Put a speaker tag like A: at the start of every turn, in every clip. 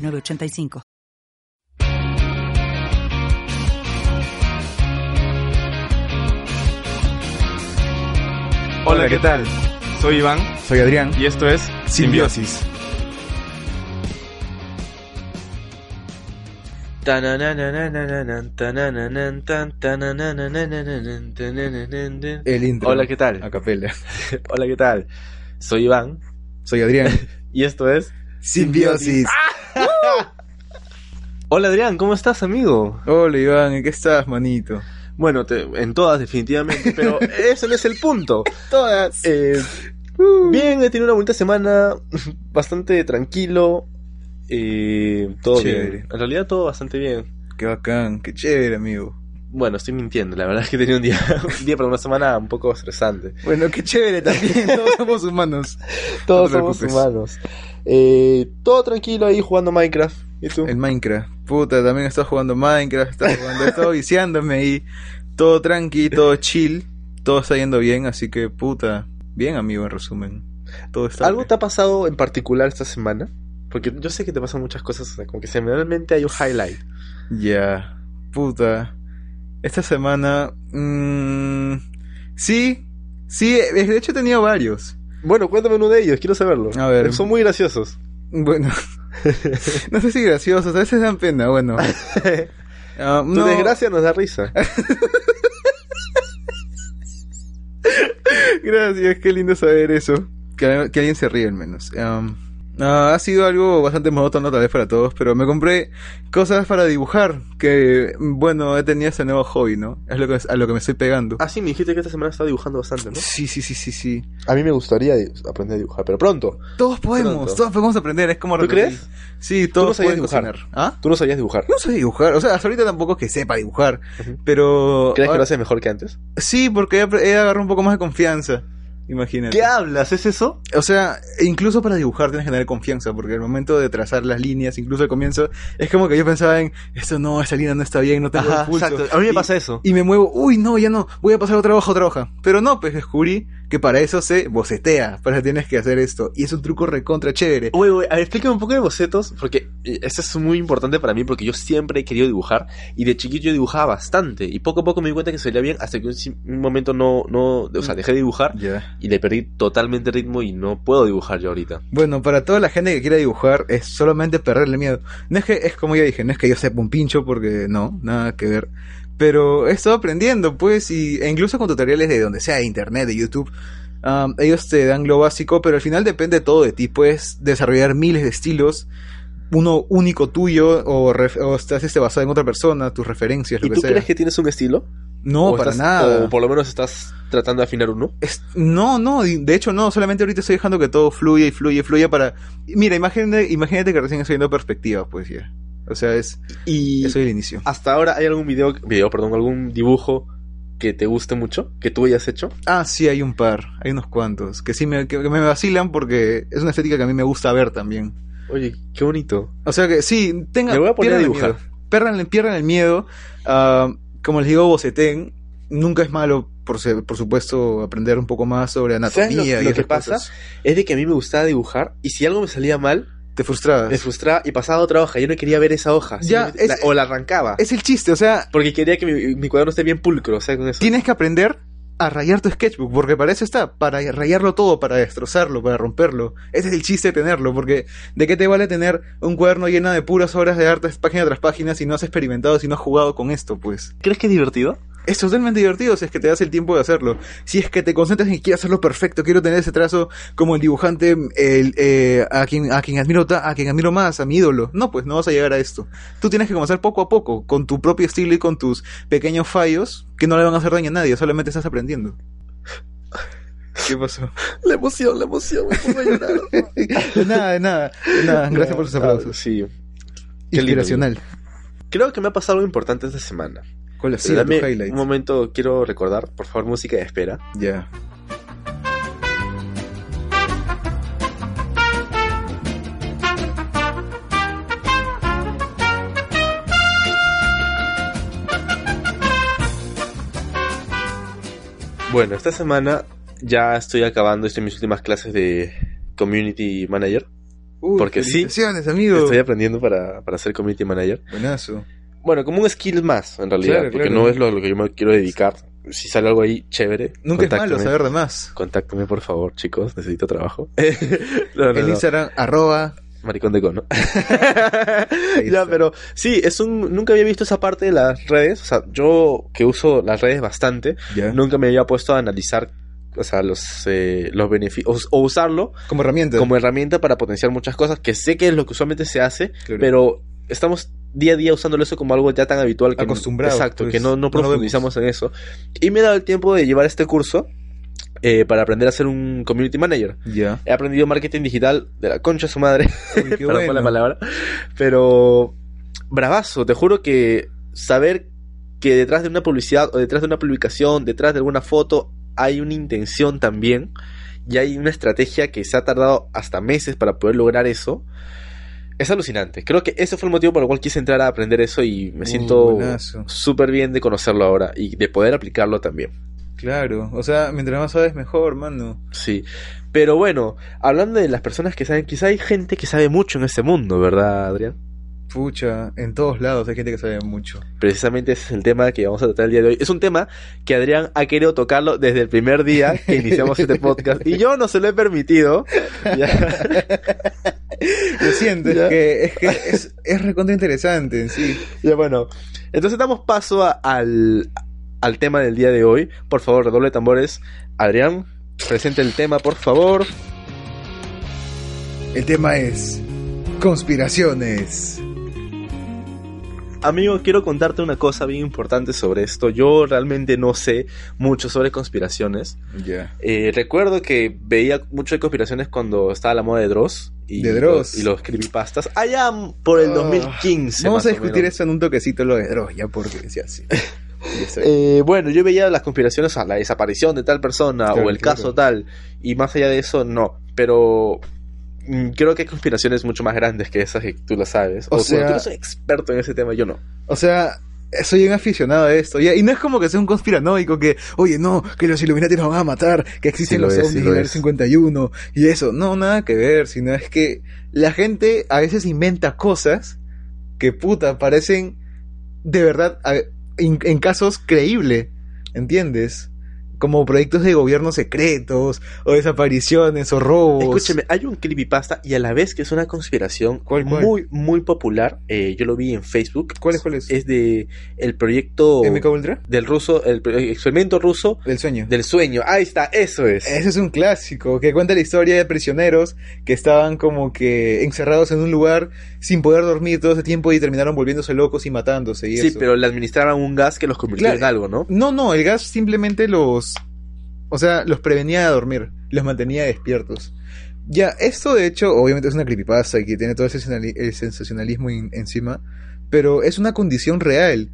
A: 985.
B: Hola, ¿qué tal? Soy Iván
C: Soy Adrián.
B: y esto es Simbiosis.
D: Tananananananan, tanananan, tan, tananananananan, tananananan.
C: El intro.
B: Hola, ¿qué tal?
C: A capela.
B: Hola, ¿qué tal? Soy Iván
C: Soy Adrián.
B: y esto es...
C: Simbiosis.
B: Hola, Adrián, ¿cómo estás, amigo?
C: Hola, Iván. ¿En qué estás, manito?
B: Bueno, te- en todas definitivamente, pero eso no es el punto.
C: Todas.
B: Eh, bien, he tenido una bonita semana, bastante tranquilo. eh, todo
C: Chévere.
B: bien. En realidad todo bastante bien.
C: Qué bacán. Qué chévere, amigo.
B: Bueno, estoy mintiendo, la verdad es que he tenido un día, un día, pero una semana un poco estresante.
C: Bueno, qué chévere también. Todos somos humanos.
B: Todos
C: No te
B: somos
C: preocupes.
B: humanos. Eh, todo tranquilo ahí jugando Minecraft. ¿Y tú?
C: El Minecraft. Puta, también estaba jugando Minecraft. Estaba jugando. Estaba viciándome ahí. Todo tranqui, todo chill. Todo está yendo bien. Así que, puta. Bien, amigo, en resumen. Todo está
B: ¿Algo
C: bien.
B: te ha pasado en particular esta semana? Porque yo sé que te pasan muchas cosas, o sea, como que semanalmente hay un highlight.
C: Ya, puta. Esta semana... mm, sí, sí, eh, de hecho he tenido varios.
B: Bueno, cuéntame uno de ellos, quiero saberlo.
C: A ver.
B: Son muy graciosos.
C: Bueno, no sé si graciosos, a veces dan pena, bueno. Ah,
B: Tu
C: no,
B: desgracia nos da risa.
C: Gracias, qué lindo saber eso. Que, que alguien se ríe al menos. Am, ah, ha sido algo bastante monótono tal vez para todos, pero me compré cosas para dibujar, que bueno, he tenido ese nuevo hobby, ¿no? Es lo que, a lo que me estoy pegando.
B: Ah, sí, me dijiste que esta semana estaba dibujando bastante, ¿no?
C: Sí, sí, sí, sí, sí.
B: A mí me gustaría di- aprender a dibujar, pero pronto.
C: Todos podemos,
B: Pronto.
C: todos podemos aprender, es como
B: ¿Tú crees?
C: Sí,
B: no
C: todos
B: sabías
C: pueden
B: dibujar.
C: dibujar. ¿Ah?
B: Tú no sabías dibujar.
C: No sé dibujar, o sea, hasta ahorita tampoco es que sepa dibujar,
B: Ujú.
C: pero...
B: ¿Crees que lo
C: ahora-
B: haces mejor que antes?
C: Sí, porque he, apre- he agarrado un poco más de confianza, imagínate.
B: hablas? ¿Es eso?
C: O sea, incluso para dibujar tienes que tener confianza, porque al momento de trazar las líneas, incluso al comienzo, es como que yo pensaba en, esto no, esta línea no está bien, no tengo el pulso. Y-
B: eso.
C: Y me muevo, uy, no, ya no, voy a pasar otra hoja, otra hoja. Pero no, pues descubrí que para eso se bocetea, para eso tienes que hacer esto. Y es un truco recontra chévere.
B: Oye, oye, a ver, explícame un poco de bocetos, porque eh, eso es muy importante para mí, porque yo siempre he querido dibujar, y de chiquito yo dibujaba bastante, y poco a poco me di cuenta que salía bien, hasta que un, si- un momento no, no, o
C: Mm.
B: sea, dejé de dibujar,
C: Ya.
B: y le perdí totalmente ritmo, y no puedo dibujar yo ahorita.
C: Bueno, para toda la gente que quiera dibujar, es solamente perderle miedo. No es que, es como ya dije, no es que yo sepa un pincho, porque no, nada que ver. Pero he estado aprendiendo, pues, y, e incluso con tutoriales de donde sea, de internet, de YouTube. am, ellos te dan lo básico, pero al final depende todo de ti. Puedes desarrollar miles de estilos, uno único tuyo, o, ref- o estás este, basado en otra persona, tus referencias, lo
B: ¿Y
C: que
B: tú
C: sea.
B: crees que tienes un estilo?
C: No,
B: ¿O
C: para
B: estás-
C: nada.
B: O por lo menos estás tratando de afinar uno.
C: Es- no, no, y de hecho no, solamente ahorita estoy dejando que todo fluya y fluya y fluya para... Mira, imagínate, imagínate que recién estoy viendo perspectiva, pues ya. O sea, es,
B: Y
C: eso es el inicio.
B: hasta ahora, ¿hay algún video, video, perdón, algún dibujo que te guste mucho, que tú hayas hecho?
C: Ah, sí, hay un par, hay unos cuantos, que sí me, que- que me vacilan porque es una estética que a mí me gusta ver también.
B: Oye, qué bonito.
C: O sea que sí, tengan...
B: Me voy a poner a
C: pierdan el
B: dibujar.
C: miedo. Pierdan, pierdan el miedo. ah, como les digo, boceteen. Nunca es malo, por, se- por supuesto, aprender un poco más sobre
B: ¿Sabes lo-
C: anatomía y
B: lo que
C: esas
B: pasa?
C: cosas.
B: Es de que a mí me gustaba dibujar, y si algo me salía mal,
C: Te frustrabas.
B: me frustraba y pasaba a otra hoja. Yo no quería ver esa hoja.
C: Ya,
B: simplemente la-
C: es-
B: o la arrancaba.
C: Es el chiste, o sea,
B: porque quería que mi, mi cuaderno esté bien pulcro. O sea, con eso.
C: Tienes que aprender a rayar tu sketchbook, porque para eso está, para rayarlo todo, para destrozarlo, para romperlo. Ese es el chiste de tenerlo, porque ¿de qué te vale tener un cuaderno lleno de puras obras de arte, página tras página, si no has experimentado, si no has jugado con esto, pues?
B: ¿Crees que es divertido?
C: Es totalmente divertido si es que te das el tiempo de hacerlo. Si es que te concentras en que quiero hacerlo perfecto, quiero tener ese trazo como el dibujante el, eh, a, quien, a quien admiro ta- a quien admiro más, a mi ídolo. No, pues no vas a llegar a esto. Tú tienes que comenzar poco a poco, con tu propio estilo y con tus pequeños fallos, que no le van a hacer daño a nadie, solamente estás aprendiendo. ¿Qué pasó?
B: La emoción, la emoción. Me pongo a llorar.
C: De nada, de nada, de nada. Gracias por sus
B: Ah,
C: aplausos.
B: Sí. Ah, Qué lindo,
C: Inspiracional.
B: Creo que me ha pasado algo importante esta semana.
C: ¿Cuál ha sido tu
B: Dame
C: highlight?
B: un momento, quiero recordar, por favor, música de espera.
C: Ya.
B: Bueno, esta semana ya estoy acabando, estoy en mis últimas clases de Community Manager.
C: Uy,
B: Porque sí,
C: felicitaciones, amigo.
B: Estoy aprendiendo para, para ser Community Manager.
C: Buenazo.
B: Bueno, como un skill más, en realidad,
C: Claro,
B: porque
C: claro.
B: no es lo, lo que yo me quiero dedicar. Si sale algo ahí, chévere.
C: Nunca es malo
B: contáctenme.
C: saber de más.
B: Contáctenme, por favor, chicos, necesito trabajo. No, no,
C: El
B: no.
C: Instagram, arroba.
B: Maricón de cono.
C: está.
B: ya, pero sí, es un nunca había visto esa parte de las redes, o sea, yo que uso las redes bastante,
C: Ya.
B: nunca me había puesto a analizar, o sea, los eh, los beneficios o usarlo
C: Como herramienta.
B: como herramienta para potenciar muchas cosas, que sé que es lo que usualmente se hace,
C: Claro.
B: pero estamos día a día usándolo eso como algo ya tan habitual que
C: Acostumbrado,
B: exacto,
C: pues,
B: que
C: no
B: no, no
C: lo vemos.
B: profundizamos en eso. Y me he dado el tiempo de llevar este curso eh, para aprender a ser un community manager.
C: Ya.
B: He aprendido marketing digital de la concha de su madre.
C: Uy, qué
B: Perdón por la
C: bueno.
B: palabra. Pero bravazo, te juro que saber que detrás de una publicidad o detrás de una publicación, detrás de alguna foto, hay una intención también y hay una estrategia que se ha tardado hasta meses para poder lograr eso. Es alucinante. Creo que ese fue el motivo por el cual quise entrar a aprender eso y me
C: Uy,
B: siento
C: Uh, buenazo.
B: súper bien de conocerlo ahora y de poder aplicarlo también.
C: Claro. O sea, mientras más sabes, mejor, mano.
B: Sí. Pero bueno, hablando de las personas que saben, quizá hay gente que sabe mucho en este mundo, ¿verdad, Adrián?
C: Pucha, en todos lados hay gente que sabe mucho.
B: Precisamente ese es el tema que vamos a tratar el día de hoy. Es un tema que Adrián ha querido tocarlo desde el primer día que iniciamos este podcast y yo no se lo he permitido. Ya.
C: Lo siento, es
B: Ya.
C: que es, que es, es recontra interesante en sí.
B: Ya, bueno, entonces damos paso a- al, al tema del día de hoy. Por favor, redoble de tambores. Adrián, presente el tema, por favor.
C: El tema es conspiraciones.
B: Amigo, quiero contarte una cosa bien importante sobre esto. Yo realmente no sé mucho sobre conspiraciones.
C: Ya.
B: Eh, recuerdo que veía mucho de conspiraciones cuando estaba la moda de Dross. Y
C: De Dross.
B: Y los creepypastas. Allá por el
C: Ah.
B: 2015.
C: Vamos
B: más
C: a
B: o
C: discutir
B: menos.
C: eso en un toquecito lo de Dross, ya porque decía así. Ya está.
B: Eh, bueno, yo veía las conspiraciones, o sea, la desaparición de tal persona
C: Claro,
B: o el
C: claro.
B: caso tal. Y más allá de eso, no. Pero mm, creo que hay conspiraciones mucho más grandes que esas que tú las sabes.
C: O
B: O, sea,
C: sea-
B: tú eres un experto en ese tema, yo no.
C: O sea, soy un aficionado a esto. ya, Y no es como que sea un conspiranoico que, oye, no, que los Illuminati nos van a matar, que existen
B: Sí lo
C: los
B: es, sí
C: ovnis
B: lo
C: del
B: es.
C: 51 y eso. No, nada que ver, sino es que la gente a veces inventa cosas que puta parecen de verdad a- en, en casos creíble, ¿entiendes? Como proyectos de gobiernos secretos, o desapariciones, o robos.
B: Escúcheme, hay un creepypasta y a la vez que es una conspiración
C: ¿Cuál, cuál?
B: muy, muy popular. Eh, yo lo vi en Facebook.
C: ¿Cuál es, cuál es?
B: Es de el proyecto
C: ¿MK Ultra?
B: del ruso, el pro- el experimento ruso
C: Del sueño.
B: del sueño. Ahí está, eso es.
C: Ese es un clásico que cuenta la historia de prisioneros que estaban como que encerrados en un lugar sin poder dormir todo ese tiempo y terminaron volviéndose locos y matándose. Y
B: sí,
C: eso.
B: pero le administraban un gas que los convirtió
C: Claro.
B: en algo, ¿no?
C: No, no, el gas simplemente los. O sea, los prevenía de dormir, los mantenía despiertos. Ya, esto de hecho, obviamente es una creepypasta y que tiene todo el sensacionali- el sensacionalismo en- encima, pero es una condición real.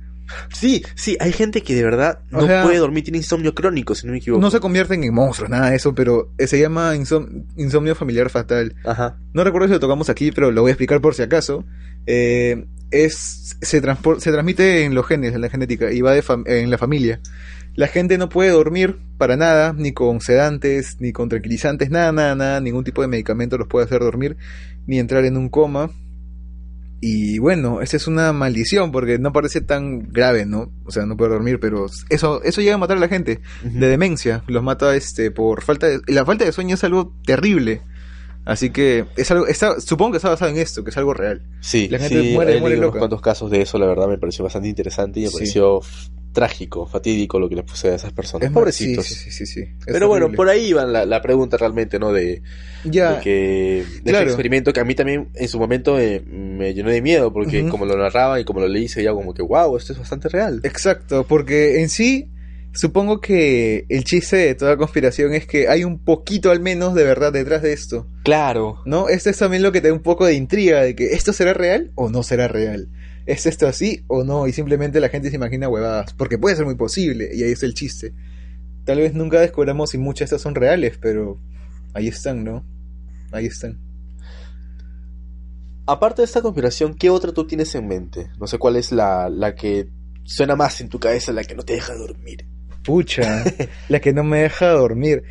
B: Sí, sí, hay gente que de verdad
C: O
B: no
C: sea-
B: puede dormir, tiene insomnio crónico, si no me equivoco.
C: No se convierten en monstruos, nada de eso, pero eh, se llama insom- insomnio familiar fatal.
B: Ajá.
C: No recuerdo si lo tocamos aquí, pero lo voy a explicar por si acaso. Eh, es, se, transpor- se transmite en los genes, en la genética, y va de fam- en la familia. La gente no puede dormir para nada, ni con sedantes, ni con tranquilizantes, nada, nada, nada. Ningún tipo de medicamento los puede hacer dormir, ni entrar en un coma. Y bueno, esa es una maldición, porque no parece tan grave, ¿no? O sea, no poder dormir, pero eso, eso llega a matar a la gente de demencia. Los mata este por falta de. La falta de sueño es algo terrible. Así que es algo, está- supongo que está basado en esto, que es algo real.
B: Sí,
C: La gente
B: sí,
C: muere-
B: he
C: muere
B: leído
C: loca.
B: unos cuantos casos de eso, la verdad me pareció bastante interesante y me
C: Sí.
B: pareció f- trágico, fatídico lo que le puse a esas personas.
C: Es
B: Pobrecitos.
C: Sí, sí, sí, sí, sí. Es
B: Pero bueno,
C: horrible.
B: por ahí va la, la pregunta realmente, ¿no? De,
C: Ya,
B: de que de ese
C: claro.
B: experimento que a mí también en su momento eh, me llenó de miedo porque
C: Ujú.
B: Eh, como lo narraban y como lo leí se veía como que wow esto es bastante real
C: exacto, porque en sí Supongo que el chiste de toda conspiración es que hay un poquito al menos de verdad detrás de esto.
B: Claro.
C: ¿No? Esto es también lo que te da un poco de intriga de que esto será real o no será real. ¿Es esto así o no? Y simplemente la gente se imagina huevadas, porque puede ser muy posible, y ahí está el chiste. Tal vez nunca descubramos si muchas de estas son reales, pero ahí están, ¿no? Ahí están.
B: Aparte de esta conspiración, ¿qué otra tú tienes en mente? No sé cuál es la, la que suena más en tu cabeza, la que no te deja dormir.
C: Pucha, la que no me deja dormir.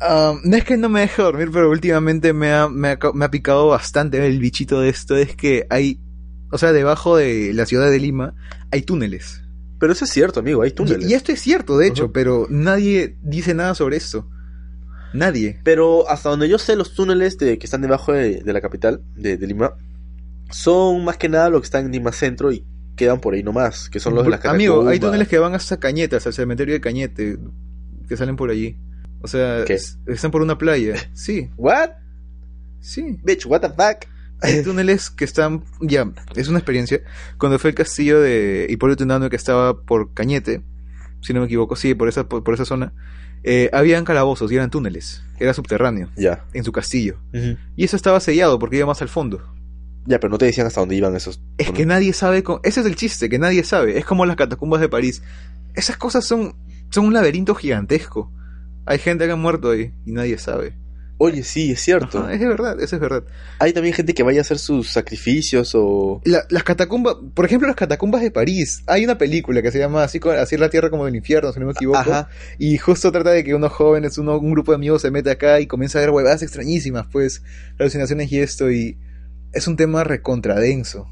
C: Um, no es que no me deje dormir, pero últimamente me ha, me, ha, ca- me ha picado bastante el bichito de esto. Es que hay, o sea, debajo de la ciudad de Lima hay túneles.
B: Pero eso es cierto, amigo, hay túneles.
C: Y, y esto es cierto, de hecho,
B: Ujú.
C: pero nadie dice nada sobre esto. Nadie.
B: Pero hasta donde yo sé, los túneles de- que están debajo de, de la capital, de, de Lima, son más que nada los que están en Lima Centro y quedan por ahí nomás, que son los de las
C: Amigo, hay
B: catacumbas.
C: túneles que van hasta Cañetas, al cementerio de Cañete, que salen por allí. O sea,
B: ¿Qué?
C: s- están por una playa. Sí,
B: ¿What?
C: sí.
B: Bitch, what the fuck?
C: hay túneles que están. Ya, es una experiencia. Cuando fue el castillo de Hipólito Unano que estaba por Cañete, si no me equivoco, sí, por esa, por, por esa zona, eh, habían calabozos y eran túneles. Era subterráneo,
B: Ya.
C: en su castillo. Y eso estaba sellado porque iba más al fondo.
B: Ya, pero no te decían hasta dónde iban esos.
C: Es que nadie sabe. con- Ese es el chiste, que nadie sabe. Es como las catacumbas de París. Esas cosas son, son un laberinto gigantesco. Hay gente que ha muerto ahí y nadie sabe.
B: Oye, sí, es cierto.
C: Ajá, es de verdad, eso es verdad.
B: Hay también gente que vaya a hacer sus sacrificios o.
C: La- las catacumbas, por ejemplo, las catacumbas de París. Hay una película que se llama así, co- así es la tierra como el infierno, si no me equivoco.
B: Ajá.
C: Y justo trata de que unos jóvenes, uno, un grupo de amigos se mete acá y comienza a ver huevadas extrañísimas, pues, alucinaciones y esto. Y es un tema recontradenso,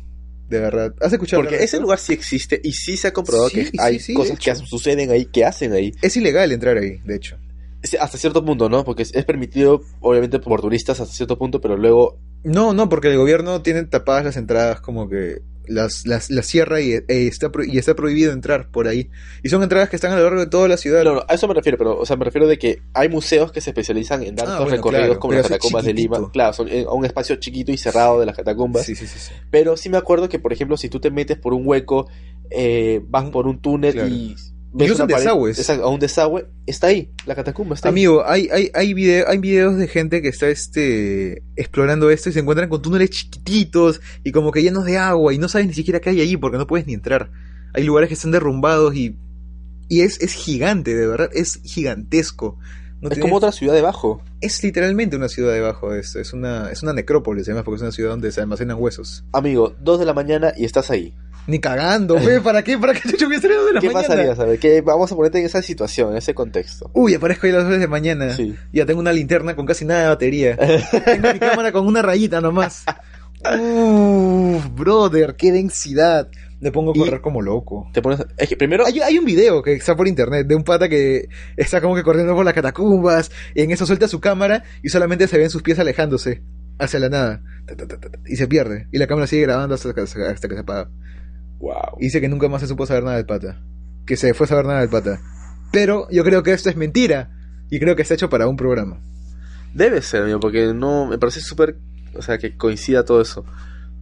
C: de verdad. ¿Has escuchado? hablar
B: Porque
C: de
B: ese
C: esto?
B: lugar sí existe y sí se ha comprobado
C: Sí, sí,
B: que hay
C: sí, de
B: cosas que
C: hecho.
B: suceden ahí, que hacen ahí.
C: es ilegal entrar ahí, de hecho.
B: Sí, Hasta cierto punto, ¿no? Porque es es permitido, obviamente, por turistas hasta cierto punto, pero luego.
C: No, no, porque el gobierno tiene tapadas las entradas como que las, las, las cierra y, eh, está pro- y está prohibido entrar por ahí. Y son entradas que están a lo largo de toda la ciudad.
B: No, no, a eso me refiero, pero, o sea, me refiero de que hay museos que se especializan en dar
C: Ah,
B: estos
C: bueno,
B: recorridos
C: claro,
B: como
C: pero
B: las
C: eso es
B: catacumbas de Lima.
C: chiquitito.
B: Claro, son en- a un espacio chiquito y cerrado de las catacumbas.
C: Sí, sí, sí, sí.
B: Pero sí me acuerdo que, por ejemplo, si tú te metes por un hueco, eh, vas por un túnel
C: Claro.
B: y.
C: Incluso en
B: una pared-
C: desagües.
B: Exacto, a un desagüe, está ahí, la catacumba está ahí.
C: Amigo, hay, hay, hay, video- hay videos de gente que está este, explorando esto y se encuentran con túneles chiquititos y como que llenos de agua y no sabes ni siquiera qué hay allí porque no puedes ni entrar. Hay lugares que están derrumbados y, y es, es gigante, de verdad, es gigantesco. No
B: es
C: tiene-
B: como otra ciudad debajo.
C: es literalmente una ciudad debajo de esto, es una, es una necrópolis además porque es una ciudad donde se almacenan huesos.
B: Amigo, 2 de la mañana y estás ahí.
C: Ni cagando, güey, ¿para qué? ¿Para qué chucho voy a estar a las dos de la
B: ¿Qué
C: mañana?
B: pasaría? ¿sabes? ¿Qué- vamos a ponerte en esa situación, en ese contexto.
C: Uy, aparezco ahí a las 2 de la mañana.
B: Sí.
C: Ya tengo una linterna con casi nada de batería. tengo mi cámara con una rayita nomás. Uff, brother, qué densidad. Me pongo a
B: Y-
C: correr como loco.
B: Te pones. Es que primero.
C: Hay, hay un video que está por internet de un pata que está como que corriendo por las catacumbas. Y en eso suelta su cámara y solamente se ven sus pies alejándose hacia la nada. Ta, ta, ta, ta, ta, Y se pierde. Y la cámara sigue grabando hasta que, hasta que se apaga.
B: Wow.
C: Y dice que nunca más se supo saber nada del pata. Que se fue a saber nada del pata. Pero yo creo que esto es mentira. Y creo que está hecho para un programa.
B: Debe ser, amigo, porque no. Me parece súper. O sea, que coincida todo eso.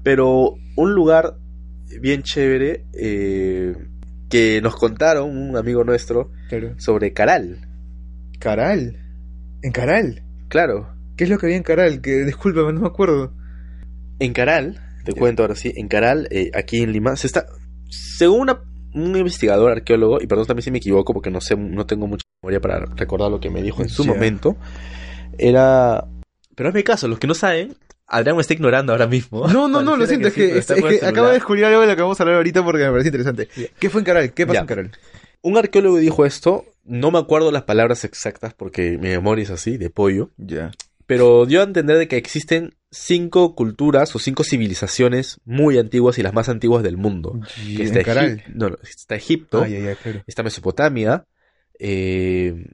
B: Pero un lugar bien chévere eh, que nos contaron un amigo nuestro
C: Claro.
B: sobre Caral.
C: Caral. En Caral.
B: Claro.
C: ¿Qué es lo que había en Caral? Que discúlpame, no me acuerdo.
B: En Caral, te
C: Ya.
B: cuento ahora sí, en Caral, eh, aquí en Lima, se está. Según una- un investigador arqueólogo, y perdón también si me equivoco porque no sé, no tengo mucha memoria para recordar lo que me dijo en su
C: Ya.
B: momento, era. Pero hazme caso, los que no saben, Adrián me está ignorando ahora mismo.
C: No, no, no, lo siento,
B: Pareciera
C: es que,
B: sí,
C: es-
B: pero está
C: es
B: con
C: que
B: el celular.
C: acabo de descubrir algo de lo que vamos a hablar ahorita porque me parece interesante.
B: Ya.
C: ¿Qué fue en Caral? ¿Qué pasó
B: Ya.
C: en Caral?
B: Un arqueólogo dijo esto, no me acuerdo las palabras exactas porque mi memoria es así, de pollo.
C: Ya.
B: pero dio a entender de que existen cinco culturas o cinco civilizaciones muy antiguas y las más antiguas del mundo. Que está,
C: en Caral.
B: Egip- no, no, está Egipto,
C: Ah, ya, ya, claro.
B: está Mesopotamia, eh,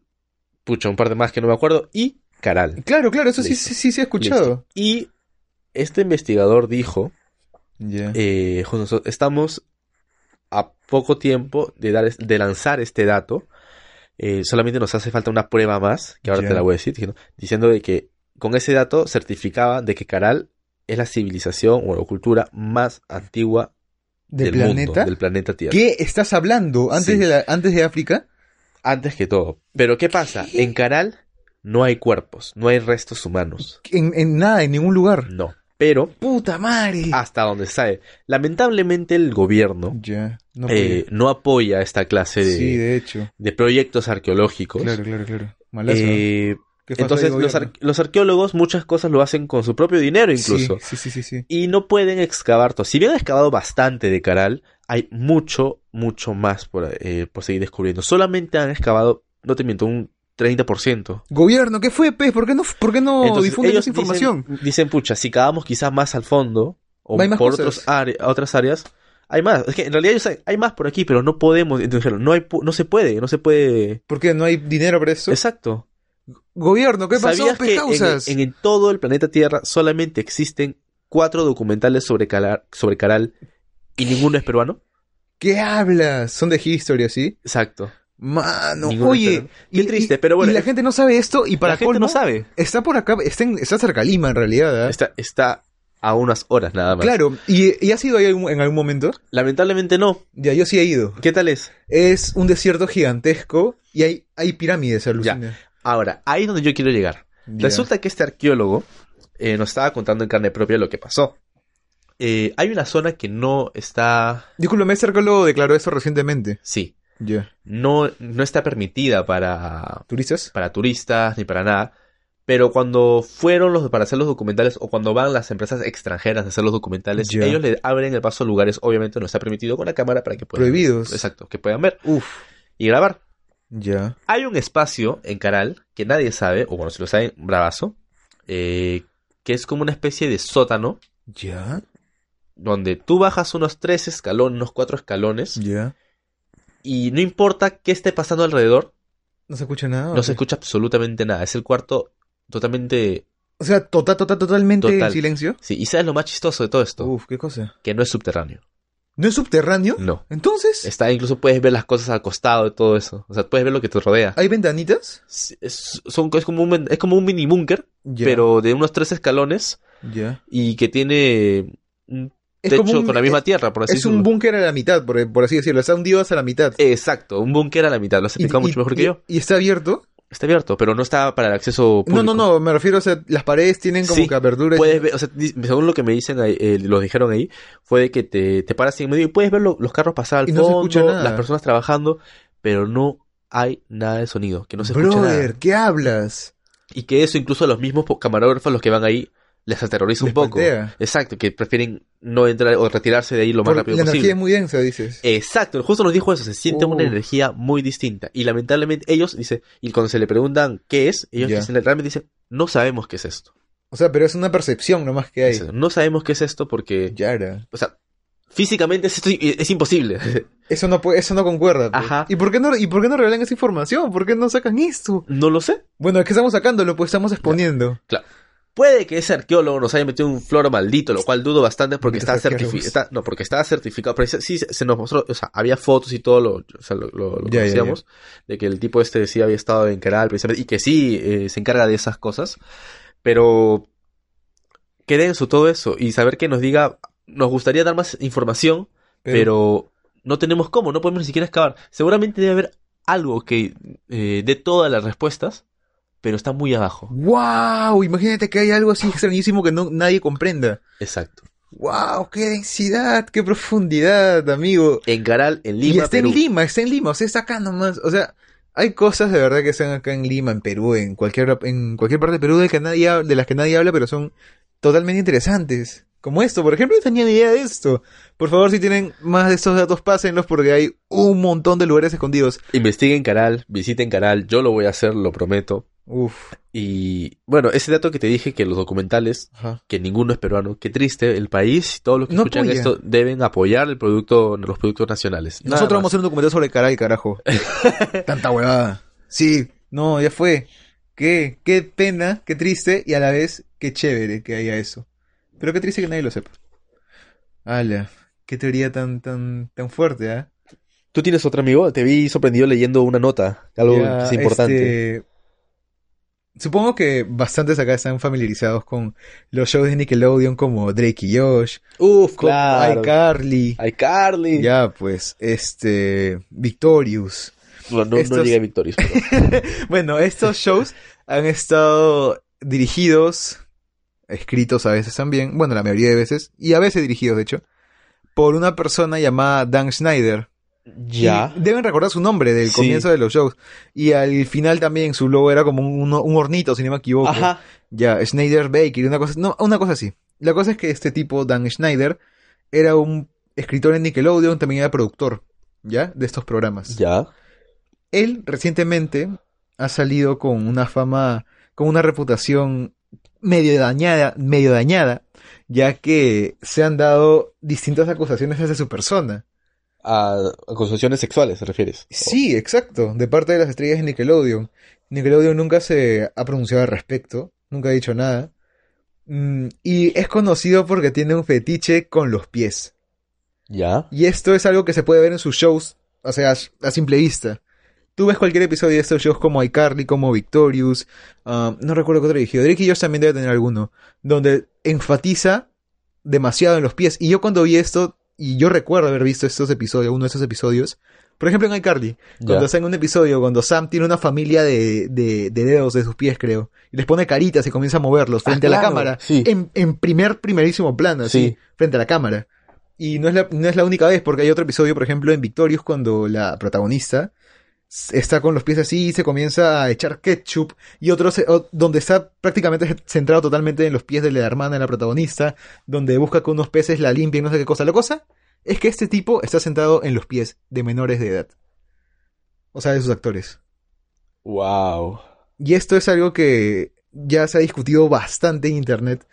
B: pucha, un par de más que no me acuerdo, y Caral.
C: Claro, claro, eso sí,
B: Listo.
C: sí, sí, se ha escuchado.
B: Y este investigador dijo,
C: Ya.
B: eh, justo nosotros estamos a poco tiempo de, dar, es- de lanzar este dato, eh, solamente nos hace falta una prueba más, que ahora
C: Ya.
B: te la voy a decir, diciendo, diciendo de que con ese dato certificaba de que Caral es la civilización o la cultura más antigua
C: ¿De
B: del
C: planeta?
B: mundo, del planeta Tierra.
C: ¿Qué estás hablando? ¿Antes,
B: Sí.
C: de la- ¿Antes de África?
B: Antes que todo. Pero ¿qué pasa? En Caral no hay cuerpos, no hay restos humanos.
C: En, en nada, en ningún lugar.
B: No. Pero
C: ¡Puta madre!
B: hasta donde sabe. Lamentablemente el gobierno
C: Ya, no
B: eh, no apoya esta clase de,
C: podía. Sí, de hecho.
B: de proyectos arqueológicos.
C: Claro, claro, claro. Malazo. ¿no?
B: Eh,
C: ¿Qué falta de
B: entonces los,
C: gobierno?
B: ar- los arqueólogos muchas cosas lo hacen con su propio dinero incluso.
C: Sí, sí, sí, sí. sí.
B: y no pueden excavar todo. Si bien han excavado bastante de Caral, hay mucho, mucho más por, eh, por seguir descubriendo. Solamente han excavado, no te miento, un 30%.
C: Gobierno, ¿qué fue, pez? ¿Por qué no, por qué no
B: Entonces,
C: difunden
B: ellos
C: esa información?
B: Dicen, dicen, pucha, si cavamos quizás más al fondo o
C: Hay más
B: por
C: cosas.
B: otros are- otras áreas, hay más. Es que en realidad ellos saben, hay más por aquí, pero no podemos. Entonces dijeron, no, hay, pu- no se puede, no se puede.
C: ¿Por qué no hay dinero para eso?
B: Exacto.
C: Gobierno, ¿qué pasó,
B: ¿Sabías
C: pez
B: que en,
C: causas?
B: en el- todo el planeta Tierra solamente existen cuatro documentales sobre, Calar- sobre Caral y ninguno es peruano?
C: ¿Qué hablas? Son de history, así.
B: Exacto.
C: Mano,
B: Ninguno es
C: oye.
B: peruano. Qué
C: y-
B: triste,
C: y-
B: pero bueno.
C: Y la gente no sabe esto y para
B: la gente
C: colmo,
B: no sabe.
C: Está por acá, está, en- está cerca de Lima en realidad. ¿ah?
B: Está, está a unas horas nada más.
C: Claro, ¿y, y has ido ahí algún- en algún momento?
B: Lamentablemente no.
C: Ya, yo sí he ido.
B: ¿Qué tal es?
C: Es un desierto gigantesco y hay, hay pirámides alucina.
B: Ahora, ahí es donde yo quiero llegar.
C: Ya.
B: Resulta que este arqueólogo eh, nos estaba contando en carne propia lo que pasó. Eh, hay una zona que no está.
C: Discúlpame, este arqueólogo declaró eso recientemente.
B: Sí,
C: Ya.
B: no, no está permitida para,
C: ¿Turistas?
B: para turistas ni para nada. Pero cuando fueron los para hacer los documentales o cuando van las empresas extranjeras a hacer los documentales,
C: Ya.
B: ellos le abren el paso a lugares, obviamente no está permitido con la cámara para que puedan
C: Prohibidos.
B: Exacto, que puedan ver
C: Uf,
B: y grabar.
C: ya.
B: Hay un espacio en Caral que nadie sabe, o bueno, si lo saben, bravazo, eh, que es como una especie de sótano
C: Ya,
B: donde tú bajas unos tres escalones, unos cuatro escalones,
C: ya.
B: y no importa qué esté pasando alrededor,
C: No se escucha nada.
B: no
C: Ah,
B: se
C: ok.
B: escucha absolutamente nada. Es el cuarto totalmente...
C: O sea, total, total, totalmente en
B: Total.
C: silencio.
B: Sí, y ¿sabes lo más chistoso de todo esto?
C: Uf, qué cosa.
B: Que no es subterráneo.
C: ¿No es subterráneo?
B: No.
C: Entonces,
B: Está, incluso puedes ver las cosas al costado de todo eso. O sea, puedes ver lo que te rodea.
C: ¿hay ventanitas?
B: Sí, Es, son- es como, un, es como un mini búnker,
C: Ya,
B: pero de unos tres escalones
C: Ya.
B: y que tiene un
C: Es
B: techo
C: como un- eh,
B: con la misma tierra, por así
C: Es un
B: decirlo.
C: búnker a la mitad, por, por así decirlo. Está hundido hasta la mitad.
B: Exacto, un búnker a la mitad. Lo has explicado mucho mejor que
C: y-
B: yo.
C: ¿Y está abierto?
B: Está abierto, pero no está para el acceso público.
C: No, no, no. Me refiero, o sea, las paredes tienen como
B: Sí,
C: que aperturas.
B: Puedes ver, o sea, di- según lo que me dicen, ahí, eh, lo dijeron ahí, fue de que te, te paras en medio y puedes ver lo- los carros pasar al
C: Y no se
B: fondo,
C: escucha nada.
B: las personas trabajando, pero no hay nada de sonido, que no se escucha
C: Brother,
B: nada.
C: ¿qué hablas?
B: Y que eso incluso a los mismos po- camarógrafos, los que van ahí, les aterroriza
C: Les
B: un poco.
C: paltea.
B: Exacto, que prefieren no entrar o retirarse de ahí lo más
C: Por-
B: rápido
C: la
B: posible.
C: energía es muy densa, dices.
B: Exacto, justo nos dijo eso, se siente una
C: Uh.
B: energía muy distinta. Y lamentablemente ellos, dice, y cuando se le preguntan qué es, ellos
C: Ya.
B: dicen, realmente dicen, no sabemos qué es esto.
C: O sea, pero es una percepción nomás que hay.
B: Dicen, no sabemos qué es esto porque,
C: Yara.
B: o sea, físicamente es, esto- es imposible.
C: Eso no, puede- eso no concuerda. pues.
B: Ajá.
C: ¿Y por, qué no, ¿Y por qué no revelan esa información? ¿Por qué no sacan esto?
B: no lo sé.
C: Bueno, es que estamos sacándolo, pues estamos exponiendo.
B: Puede que ese arqueólogo nos haya metido un floro maldito, lo cual dudo bastante porque
C: Malditos
B: está,
C: arqueólogos.
B: certifi- está- no, porque estaba certificado. Pero sí, sí, se nos mostró, o sea, había fotos y todo, lo, o sea, lo, lo- lo
C: Ya, ya, ya.
B: conocíamos, de que el tipo este sí había estado en Caral precisamente, y que sí eh, se encarga de esas cosas. Pero qué denso todo eso, y saber que nos diga, nos gustaría dar más información, pero, no tenemos cómo, no podemos ni siquiera excavar. Seguramente debe haber algo que eh, dé todas las respuestas, pero está muy abajo.
C: ¡Wow! Imagínate que hay algo así extrañísimo que no, nadie comprenda.
B: Exacto.
C: ¡Wow! ¡Qué densidad! ¡Qué profundidad, amigo!
B: En Caral, en Lima,
C: y está
B: Perú.
C: en Lima, está en Lima, o sea, está acá nomás. O sea, hay cosas de verdad que están acá en Lima, en Perú, en cualquier, en cualquier parte de Perú de, que nadie, hab- de las que nadie habla, pero son totalmente interesantes. Como esto, por ejemplo, yo tenía ni idea de esto. Por favor, si tienen más de estos datos, pásenlos porque hay un montón de lugares escondidos.
B: Investiguen Caral, visiten Caral, yo lo voy a hacer, lo prometo.
C: Uf,
B: Y bueno, ese dato que te dije que los documentales,
C: ajá.
B: que ninguno es peruano, qué triste, el país y todos los que
C: No
B: escuchan
C: apoya.
B: esto deben apoyar el producto, los productos nacionales. Nada
C: Nosotros vamos a
B: más.
C: hacer un documental sobre Caral, carajo. Tanta huevada. Sí, no, ya fue. Qué, qué pena, qué triste y a la vez qué chévere que haya eso. Pero qué triste que nadie lo sepa. Ala, qué teoría tan, tan, tan fuerte, ¿ah?
B: Tú tienes otro amigo, te vi sorprendido leyendo una nota, algo
C: Ya,
B: que es importante.
C: este, Supongo que bastantes acá están familiarizados con los shows de Nickelodeon como Drake y Josh,
B: Uf,
C: como
B: claro.
C: iCarly.
B: iCarly.
C: Ya, pues, este, Victorious.
B: No, no,
C: Estos-
B: no llegué a Victorious. pero-
C: Bueno, estos shows han estado dirigidos, escritos a veces también, bueno, la mayoría de veces, y a veces dirigidos, de hecho, por una persona llamada Dan Schneider.
B: Ya.
C: Y deben recordar su nombre del
B: Sí.
C: comienzo de los shows. Y al final también su logo era como un, un hornito, si no me equivoco.
B: Ajá.
C: Ya, Schneider Baker, una cosa, no, una cosa así. La cosa es que este tipo, Dan Schneider, era un escritor en Nickelodeon, también era productor, ¿ya? De estos programas.
B: Ya.
C: Él recientemente ha salido con una fama, con una reputación medio dañada, medio dañada, ya que se han dado distintas acusaciones hacia su persona.
B: A acusaciones sexuales, ¿te refieres?
C: Sí, exacto, de parte de las estrellas de Nickelodeon. Nickelodeon nunca se ha pronunciado al respecto, nunca ha dicho nada. Mm, y es conocido porque tiene un fetiche con los pies.
B: Ya.
C: Y esto es algo que se puede ver en sus shows, o sea, a simple vista. Tú ves cualquier episodio de estos shows como iCarly, como Victorious, ah, no recuerdo qué otro dirigido, Drake y Josh también debe tener alguno, donde enfatiza demasiado en los pies. Y yo cuando vi esto, y yo recuerdo haber visto estos episodios, uno de esos episodios, por ejemplo en iCarly, cuando
B: ya.
C: hacen un episodio, cuando Sam tiene una familia de, de- de dedos de sus pies, creo, y les pone caritas y comienza a moverlos frente a la
B: Ah, claro,
C: cámara,
B: sí.
C: en, en primer, primerísimo plano, así,
B: Sí.
C: frente a la cámara. Y no es, la, no es la única vez, porque hay otro episodio, por ejemplo, en Victorious, cuando la protagonista s- está con los pies así y se comienza a echar ketchup, y otro se- o- donde está prácticamente centrado totalmente en los pies de la hermana de la protagonista, donde busca que unos peces la limpien, no sé qué cosa. La cosa es que este tipo está sentado en los pies de menores de edad. O sea, de sus actores.
B: Wow.
C: Y esto es algo que ya se ha discutido bastante en internet.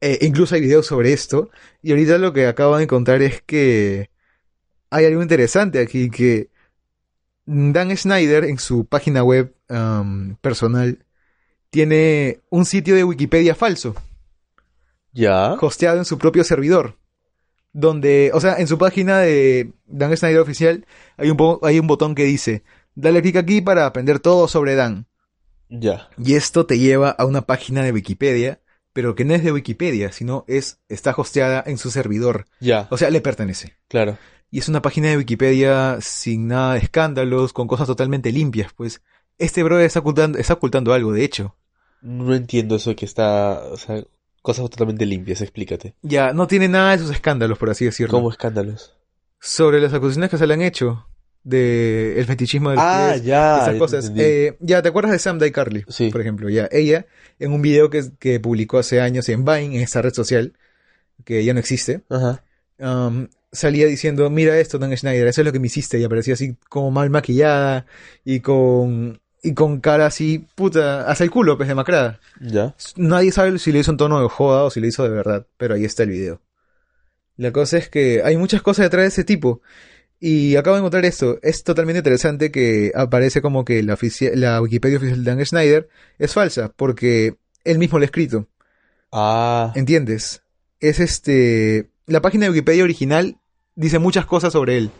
C: Eh, incluso hay videos sobre esto. Y ahorita lo que acabo de encontrar es que hay algo interesante aquí que Dan Schneider en su página web am, personal tiene un sitio de Wikipedia falso
B: Ya.
C: hosteado en su propio servidor. Donde, o sea, en su página de Dan Snyder Oficial hay un, bo- hay un botón que dice, dale clic aquí para aprender todo sobre Dan.
B: Ya.
C: Y esto te lleva a una página de Wikipedia, pero que no es de Wikipedia, sino es, está hosteada en su servidor.
B: Ya.
C: O sea, le pertenece.
B: Claro.
C: Y es una página de Wikipedia sin nada de escándalos, con cosas totalmente limpias, pues. Este brother está ocultando, está ocultando algo, de hecho.
B: No entiendo eso que está. O sea, cosas totalmente limpias, explícate.
C: Ya, no tiene nada de sus escándalos, por así decirlo.
B: Como escándalos.
C: sobre las acusaciones que se le han hecho de el fetichismo de los
B: Ah,
C: pies,
B: ya.
C: esas
B: ya
C: cosas.
B: entendí.
C: Eh, ya, ¿te acuerdas de Sam Day Carly?
B: Sí.
C: Por ejemplo, ya. Ella, en un video que, que publicó hace años en Vine, en esta red social, que ya no existe,
B: Ajá.
C: um, salía diciendo, mira esto, Dan Schneider, eso es lo que me hiciste. Y aparecía así como mal maquillada y con, y con cara así, puta, hasta el culo, pues, demacrada.
B: Ya.
C: Nadie sabe si lo hizo en tono de joda o si lo hizo de verdad, pero ahí está el video. La cosa es que hay muchas cosas detrás de ese tipo. Y acabo de encontrar esto. Es totalmente interesante que aparece como que la, ofici- la Wikipedia oficial de Dan Schneider es falsa, porque él mismo lo ha escrito.
B: Ah.
C: ¿Entiendes? Es este. La página de Wikipedia original dice muchas cosas sobre él,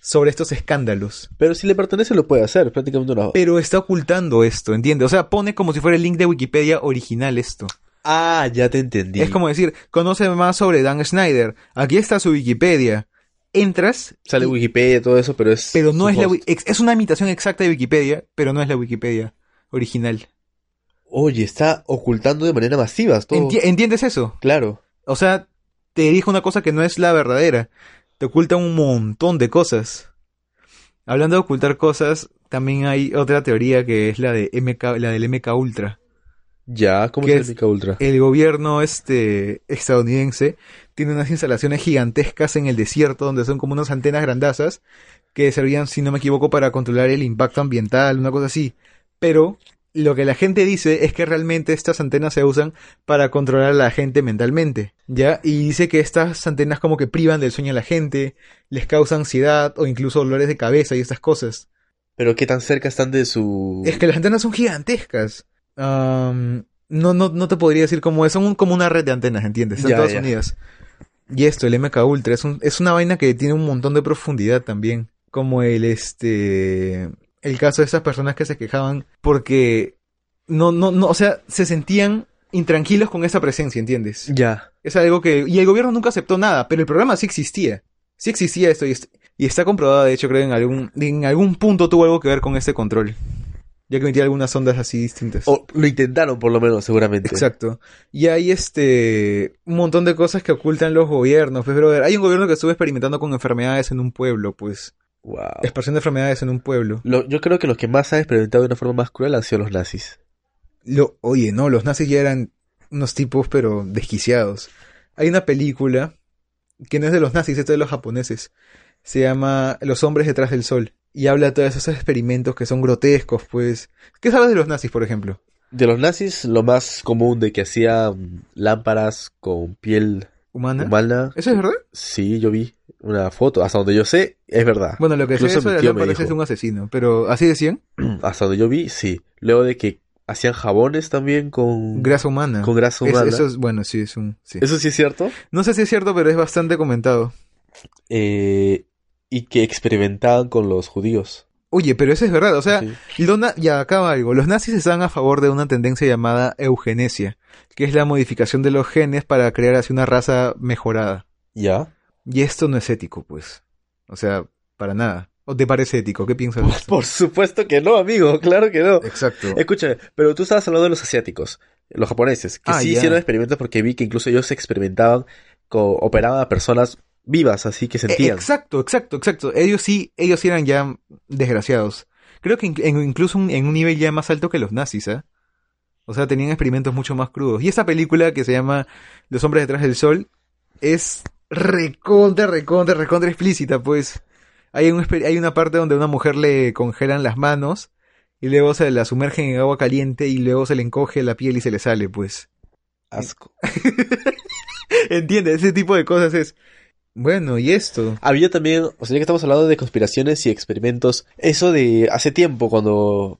C: sobre estos escándalos.
B: Pero si le pertenece, lo puede hacer. Prácticamente una.
C: Pero está ocultando esto, ¿entiendes? O sea, pone como si fuera el link de Wikipedia original esto.
B: Ah, ya te entendí.
C: Es como decir, conoce más sobre Dan Schneider. Aquí está su Wikipedia. Entras,
B: Sale
C: y-
B: Wikipedia, todo eso, pero es.
C: pero no
B: su
C: es la
B: host.
C: wi- ex- es una imitación exacta de Wikipedia, pero no es la Wikipedia original.
B: Oye, está ocultando de manera masiva todo.
C: Enti- ¿Entiendes eso?
B: Claro.
C: O sea, te dijo una cosa que no es la verdadera. Te oculta un montón de cosas. Hablando de ocultar cosas, también hay otra teoría que es la de MK, la del MK Ultra.
B: Ya, ¿cómo
C: ¿Qué
B: se
C: es?
B: explica Ultra?
C: el gobierno este estadounidense tiene unas instalaciones gigantescas en el desierto donde son como unas antenas grandazas que servían, si no me equivoco, para controlar el impacto ambiental, una cosa así. Pero lo que la gente dice es que realmente estas antenas se usan para controlar a la gente mentalmente, ¿ya? Y dice que estas antenas como que privan del sueño a la gente, les causa ansiedad o incluso dolores de cabeza y estas cosas.
B: Pero qué tan cerca están de su.
C: Es que las antenas son gigantescas. Am, no, no, no te podría decir cómo es. Son un- como una red de antenas, ¿entiendes? Están
B: Ya,
C: todas
B: ya.
C: unidas. Y esto, el MK Ultra, es, un- es una vaina que tiene un montón de profundidad también. Como el este. El caso de esas personas que se quejaban porque no, no, no, o sea, se sentían intranquilos con esa presencia, ¿entiendes?
B: Ya.
C: Es algo que. Y el gobierno nunca aceptó nada, pero el programa sí existía. Sí existía esto. Y, est- Y está comprobada, de hecho, creo, en algún, en algún punto tuvo algo que ver con este control. Ya que metía algunas ondas así distintas.
B: O lo intentaron, por lo menos, seguramente.
C: Exacto. Y hay este un montón de cosas que ocultan los gobiernos. Pues, brother, hay un gobierno que estuvo experimentando con enfermedades en un pueblo, pues.
B: Wow.
C: Expansión de enfermedades en un pueblo.
B: Lo- yo creo que los que más han experimentado de una forma más cruel han sido los nazis.
C: Lo, oye, no, los nazis ya eran unos tipos, pero desquiciados. Hay una película que no es de los nazis, es de los japoneses. Se llama Los hombres detrás del sol. Y habla de todos esos experimentos que son grotescos, pues. ¿Qué sabes de los nazis, por ejemplo?
B: De los nazis, lo más común de que hacían lámparas con piel
C: ¿Humana?
B: humana.
C: ¿Eso es verdad?
B: Sí, yo vi una foto. Hasta donde yo sé, es verdad.
C: Bueno, lo que sé
B: Incluso
C: eso
B: mi
C: de
B: tío
C: la
B: me
C: lámpara
B: dijo.
C: es un asesino, pero ¿así decían?
B: Hasta donde yo vi, sí. Luego de que hacían jabones también con,
C: Grasa humana.
B: Mm. con grasa
C: Es-
B: humana.
C: eso es, bueno, sí, es un... sí.
B: Eso sí es cierto.
C: No sé si es cierto, pero es bastante comentado.
B: Eh, y que experimentaban con los judíos.
C: Oye, pero eso es verdad, o sea,
B: Sí.
C: los na- ya acaba algo. Los nazis están a favor de una tendencia llamada eugenesia, que es la modificación de los genes para crear así una raza mejorada.
B: ¿Ya?
C: Y esto no es ético, pues. O sea, para nada. ¿O te parece ético? ¿Qué piensas? de esto?
B: Por supuesto que no, amigo. Claro que no.
C: Exacto.
B: Escúchame, pero tú estabas hablando de los asiáticos, los japoneses, que
C: Ah,
B: sí
C: ya.
B: hicieron experimentos porque vi que incluso ellos experimentaban, co- operaban a personas vivas, así que
C: Eh,
B: sentían.
C: Exacto, exacto, exacto. Ellos sí, ellos sí eran ya desgraciados. Creo que in- en- incluso un- en un nivel ya más alto que los nazis, ¿ah? O sea, tenían experimentos mucho más crudos. Y esa película que se llama Los hombres detrás del sol es recontra, recontra, recontra explícita, pues. Hay, un exper- hay una parte donde a una mujer le congelan las manos y luego se la sumergen en agua caliente y luego se le encoge la piel y se le sale, pues.
B: Asco.
C: ¿Entiendes? Ese tipo de cosas es... Bueno, ¿y esto?
B: Había también, o sea, ya que estamos hablando de conspiraciones y experimentos, eso de hace tiempo, cuando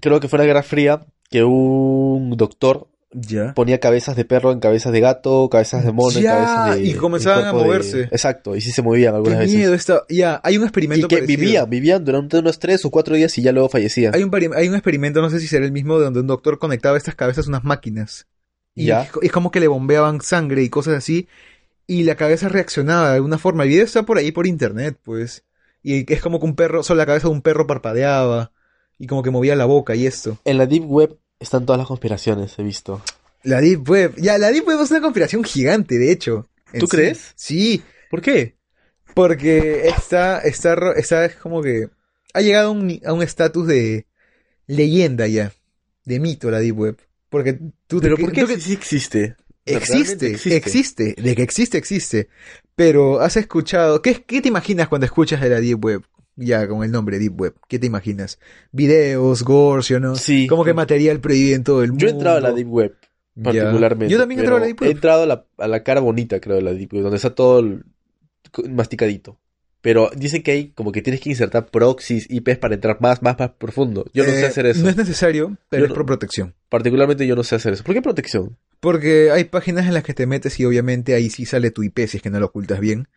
B: creo que fue la Guerra Fría, que un doctor
C: Ya.
B: ponía cabezas de perro en cabezas de gato, cabezas de mono, en
C: Ya,
B: cabezas de.
C: y comenzaban
B: en
C: a
B: cuerpo de-
C: moverse.
B: Exacto, y sí se movían
C: Qué
B: algunas veces.
C: miedo esta- Ya, hay un experimento
B: Y que pues.
C: parecido.
B: vivían, vivían durante unos tres o cuatro días y ya luego fallecían.
C: Hay un, pari- hay un experimento, no sé si será el mismo, donde un doctor conectaba estas cabezas a unas máquinas. Y
B: Ya.
C: es co- es como que le bombeaban sangre y cosas así. Y la cabeza reaccionaba de alguna forma. El video está por ahí por internet, pues. Y es como que un perro, solo la cabeza de un perro parpadeaba. Y como que movía la boca y esto.
B: En la Deep Web están todas las conspiraciones, he visto.
C: La Deep Web. Ya, la Deep Web es una conspiración gigante, de hecho. en
B: ¿Tú
C: sí.
B: crees?
C: Sí.
B: ¿Por qué?
C: Porque está, está, ro- está es como que ha llegado a un ni- a un estatus de leyenda ya, de mito la Deep Web. Porque tú te
B: ¿Pero
C: que-
B: por qué
C: tú que-
B: sí- sí existe?
C: existe,
B: Realmente
C: existe, de que existe, existe. Pero has escuchado, ¿qué, qué te imaginas cuando escuchas de la Deep Web? Ya, con el nombre Deep Web, ¿qué te imaginas? Videos, gore, ¿sí o no?
B: Sí.
C: Como que material prohibido en todo el mundo.
B: Yo he entrado a la Deep Web,
C: Ya.
B: particularmente.
C: Yo también he entrado a la
B: pero
C: Deep Web.
B: He entrado a la, a la cara bonita, creo, de la Deep Web, donde está todo el- co- masticadito. Pero dicen que hay como que tienes que insertar proxies, IPs para entrar más, más, más profundo. Yo no sé
C: Eh,
B: hacer eso.
C: No es necesario, pero
B: Yo
C: es
B: no-
C: por protección.
B: Particularmente yo no sé hacer eso. ¿Por qué protección?
C: Porque hay páginas en las que te metes y obviamente ahí sí sale tu IP si es que no lo ocultas bien.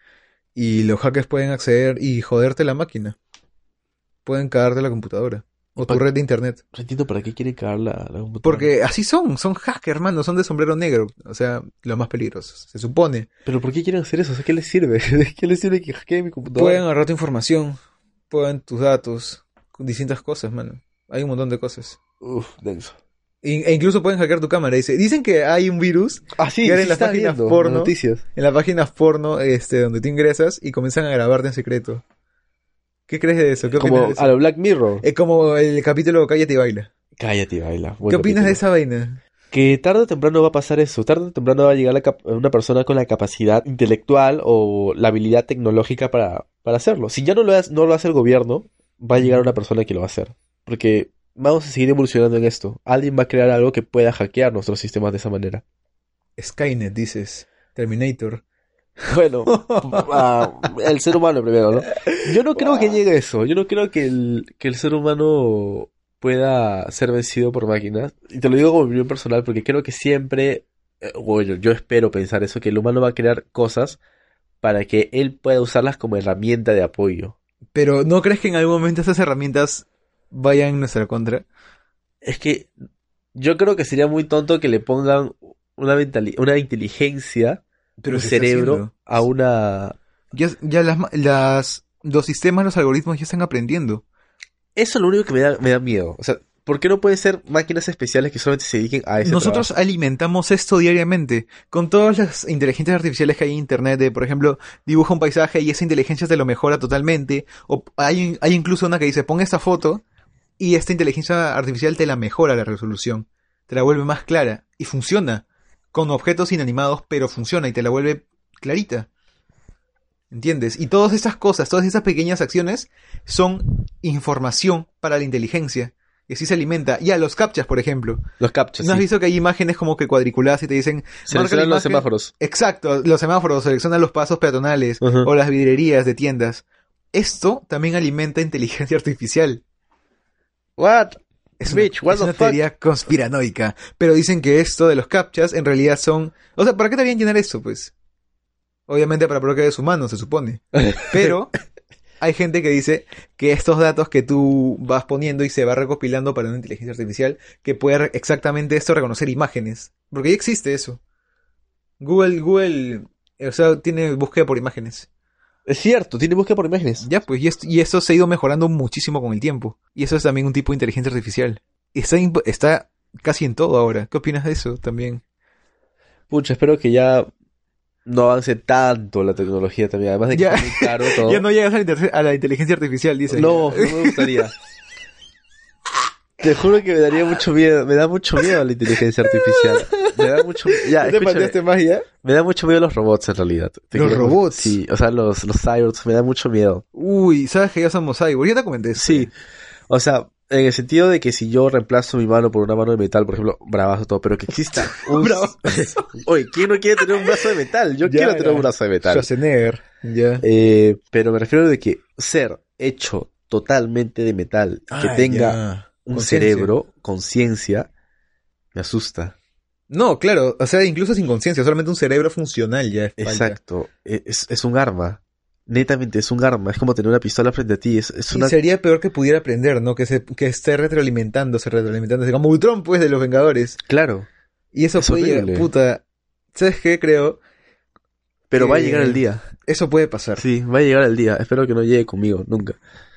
C: Y los hackers pueden acceder y joderte la máquina. Pueden cagarte la computadora. O tu
B: Pa-
C: red de internet.
B: No entiendo para qué quieren cagar la, la computadora.
C: Porque así son, son hackers, hermano, son de sombrero negro. O sea, los más peligrosos, se supone.
B: ¿Pero por qué quieren hacer eso? O sea, ¿qué les sirve? ¿Qué les sirve que hackeen mi computadora?
C: Pueden agarrar tu información, pueden tus datos, distintas cosas, mano. Hay un montón de cosas.
B: Uf, denso.
C: Y- E incluso pueden hackear tu cámara. Dice- Dicen que hay un virus
B: Ah, sí,
C: Y ahora
B: sí
C: en las
B: está
C: páginas
B: viendo
C: porno-
B: las noticias.
C: en las páginas porno este, donde tú ingresas y comienzan a grabarte en secreto. ¿Qué crees de eso? ¿Qué opinas
B: Como
C: de eso?
B: a lo Black Mirror.
C: Es como el capítulo Cállate y baila.
B: Cállate, baila.
C: ¿Qué opinas de esa vaina?
B: Que tarde o temprano va a pasar eso. Tarde o temprano va a llegar la cap- una persona con la capacidad intelectual o la habilidad tecnológica para, para hacerlo. Si ya no lo, hace- no lo hace el gobierno, va a llegar una persona que lo va a hacer. Porque vamos a seguir evolucionando en esto. Alguien va a crear algo que pueda hackear nuestros sistemas de esa manera.
C: Skynet, dices. Terminator.
B: Bueno, ah, el ser humano primero, ¿no? Yo no creo que llegue a eso. Yo no creo que el, que el ser humano pueda ser vencido por máquinas. Y te lo digo como opinión personal porque creo que siempre, eh, bueno, yo espero pensar eso, que el humano va a crear cosas para que él pueda usarlas como herramienta de apoyo.
C: Pero ¿no crees que en algún momento esas herramientas vayan en nuestra contra?
B: Es que yo creo que sería muy tonto que le pongan una, mentali- una inteligencia,
C: Pero
B: un
C: se está
B: cerebro
C: haciendo.
B: a una...
C: Ya, ya las, ma- las los sistemas, los algoritmos ya están aprendiendo.
B: Eso es lo único que me da, me da miedo. O sea, ¿por qué no pueden ser máquinas especiales que solamente se dediquen a ese
C: Nosotros alimentamos esto diariamente con todas las inteligencias artificiales que hay en internet, de por ejemplo, dibuja un paisaje y esa inteligencia te lo mejora totalmente, o hay, hay incluso una que dice, pon esta foto y esta inteligencia artificial te la mejora la resolución, te la vuelve más clara y funciona con objetos inanimados, pero funciona y te la vuelve clarita. ¿Entiendes? Y todas estas cosas, todas estas pequeñas acciones son información para la inteligencia. Y así se alimenta. Y a los captchas, por ejemplo.
B: trabajo? Los captchas.
C: ¿No has
B: sí.
C: visto que hay imágenes como que cuadriculadas y te dicen... "Marca la
B: Seleccionan los
C: imagen"?
B: semáforos.
C: Exacto, los semáforos, seleccionan los pasos peatonales
B: Ajá.
C: o las vidrerías de tiendas. Esto también alimenta inteligencia artificial.
B: What?
C: Es
B: Bitch,
C: una,
B: what
C: es
B: the
C: una
B: fuck?
C: teoría conspiranoica. Pero dicen que esto de los captchas en realidad son... O sea, ¿para qué deberían llenar eso, pues? Obviamente para propiedades humanos, se supone. Pero hay gente que dice que estos datos que tú vas poniendo y se va recopilando para una inteligencia artificial, que puede re- exactamente esto reconocer imágenes. Porque ya existe eso. Google, Google, o sea, tiene búsqueda por imágenes.
B: Es cierto, tiene búsqueda por imágenes.
C: Ya, pues, y, esto, y eso se ha ido mejorando muchísimo con el tiempo. Y eso es también un tipo de inteligencia artificial. Y Está, imp- está casi en todo ahora. ¿Qué opinas de eso también?
B: Pucha, espero que ya no avance tanto la tecnología también. Además de que
C: Ya.
B: está muy caro todo.
C: Ya no llegas a la, inter- a la inteligencia artificial, dice.
B: No, no me gustaría. Te juro que me daría mucho miedo, me da mucho miedo la inteligencia artificial. Me da mucho ya,
C: ¿Ya te
B: escúchame,
C: pateaste más ya?
B: me da mucho miedo los robots en realidad. Te
C: ¿Los
B: juro.
C: robots?
B: Sí, o sea, los, los cyborgs me da mucho miedo.
C: Uy, sabes que ya somos cyborg. Ya te comenté eso.
B: Sí. O sea, en el sentido de que si yo reemplazo mi mano por una mano de metal, por ejemplo, bravazo todo, pero que exista un Oye, ¿quién no quiere tener un brazo de metal? Yo
C: Ya,
B: quiero tener
C: ya.
B: un brazo de metal.
C: Schwarzenegger. Ya.
B: Eh, pero me refiero de que ser hecho totalmente de metal, que tenga Ah, un
C: Ah, Conciencia.
B: cerebro, conciencia, me asusta.
C: No, claro. O sea, incluso sin conciencia. Solamente un cerebro funcional ya. es falta.
B: Exacto. E, Es, es un arma. Netamente es un arma. Es como tener una pistola frente a ti. Es, es
C: Y
B: una.
C: sería peor que pudiera aprender, ¿no? Que, se, que esté retroalimentándose, retroalimentándose. Como Ultron, pues, de los Vengadores.
B: Claro.
C: Y eso
B: Es
C: puede llegar-
B: horrible.
C: puta. ¿Sabes qué? Creo.
B: Pero va a
C: Eh,
B: llegar el día.
C: Eso puede pasar.
B: Sí, va a llegar el día. Espero que no llegue conmigo, nunca.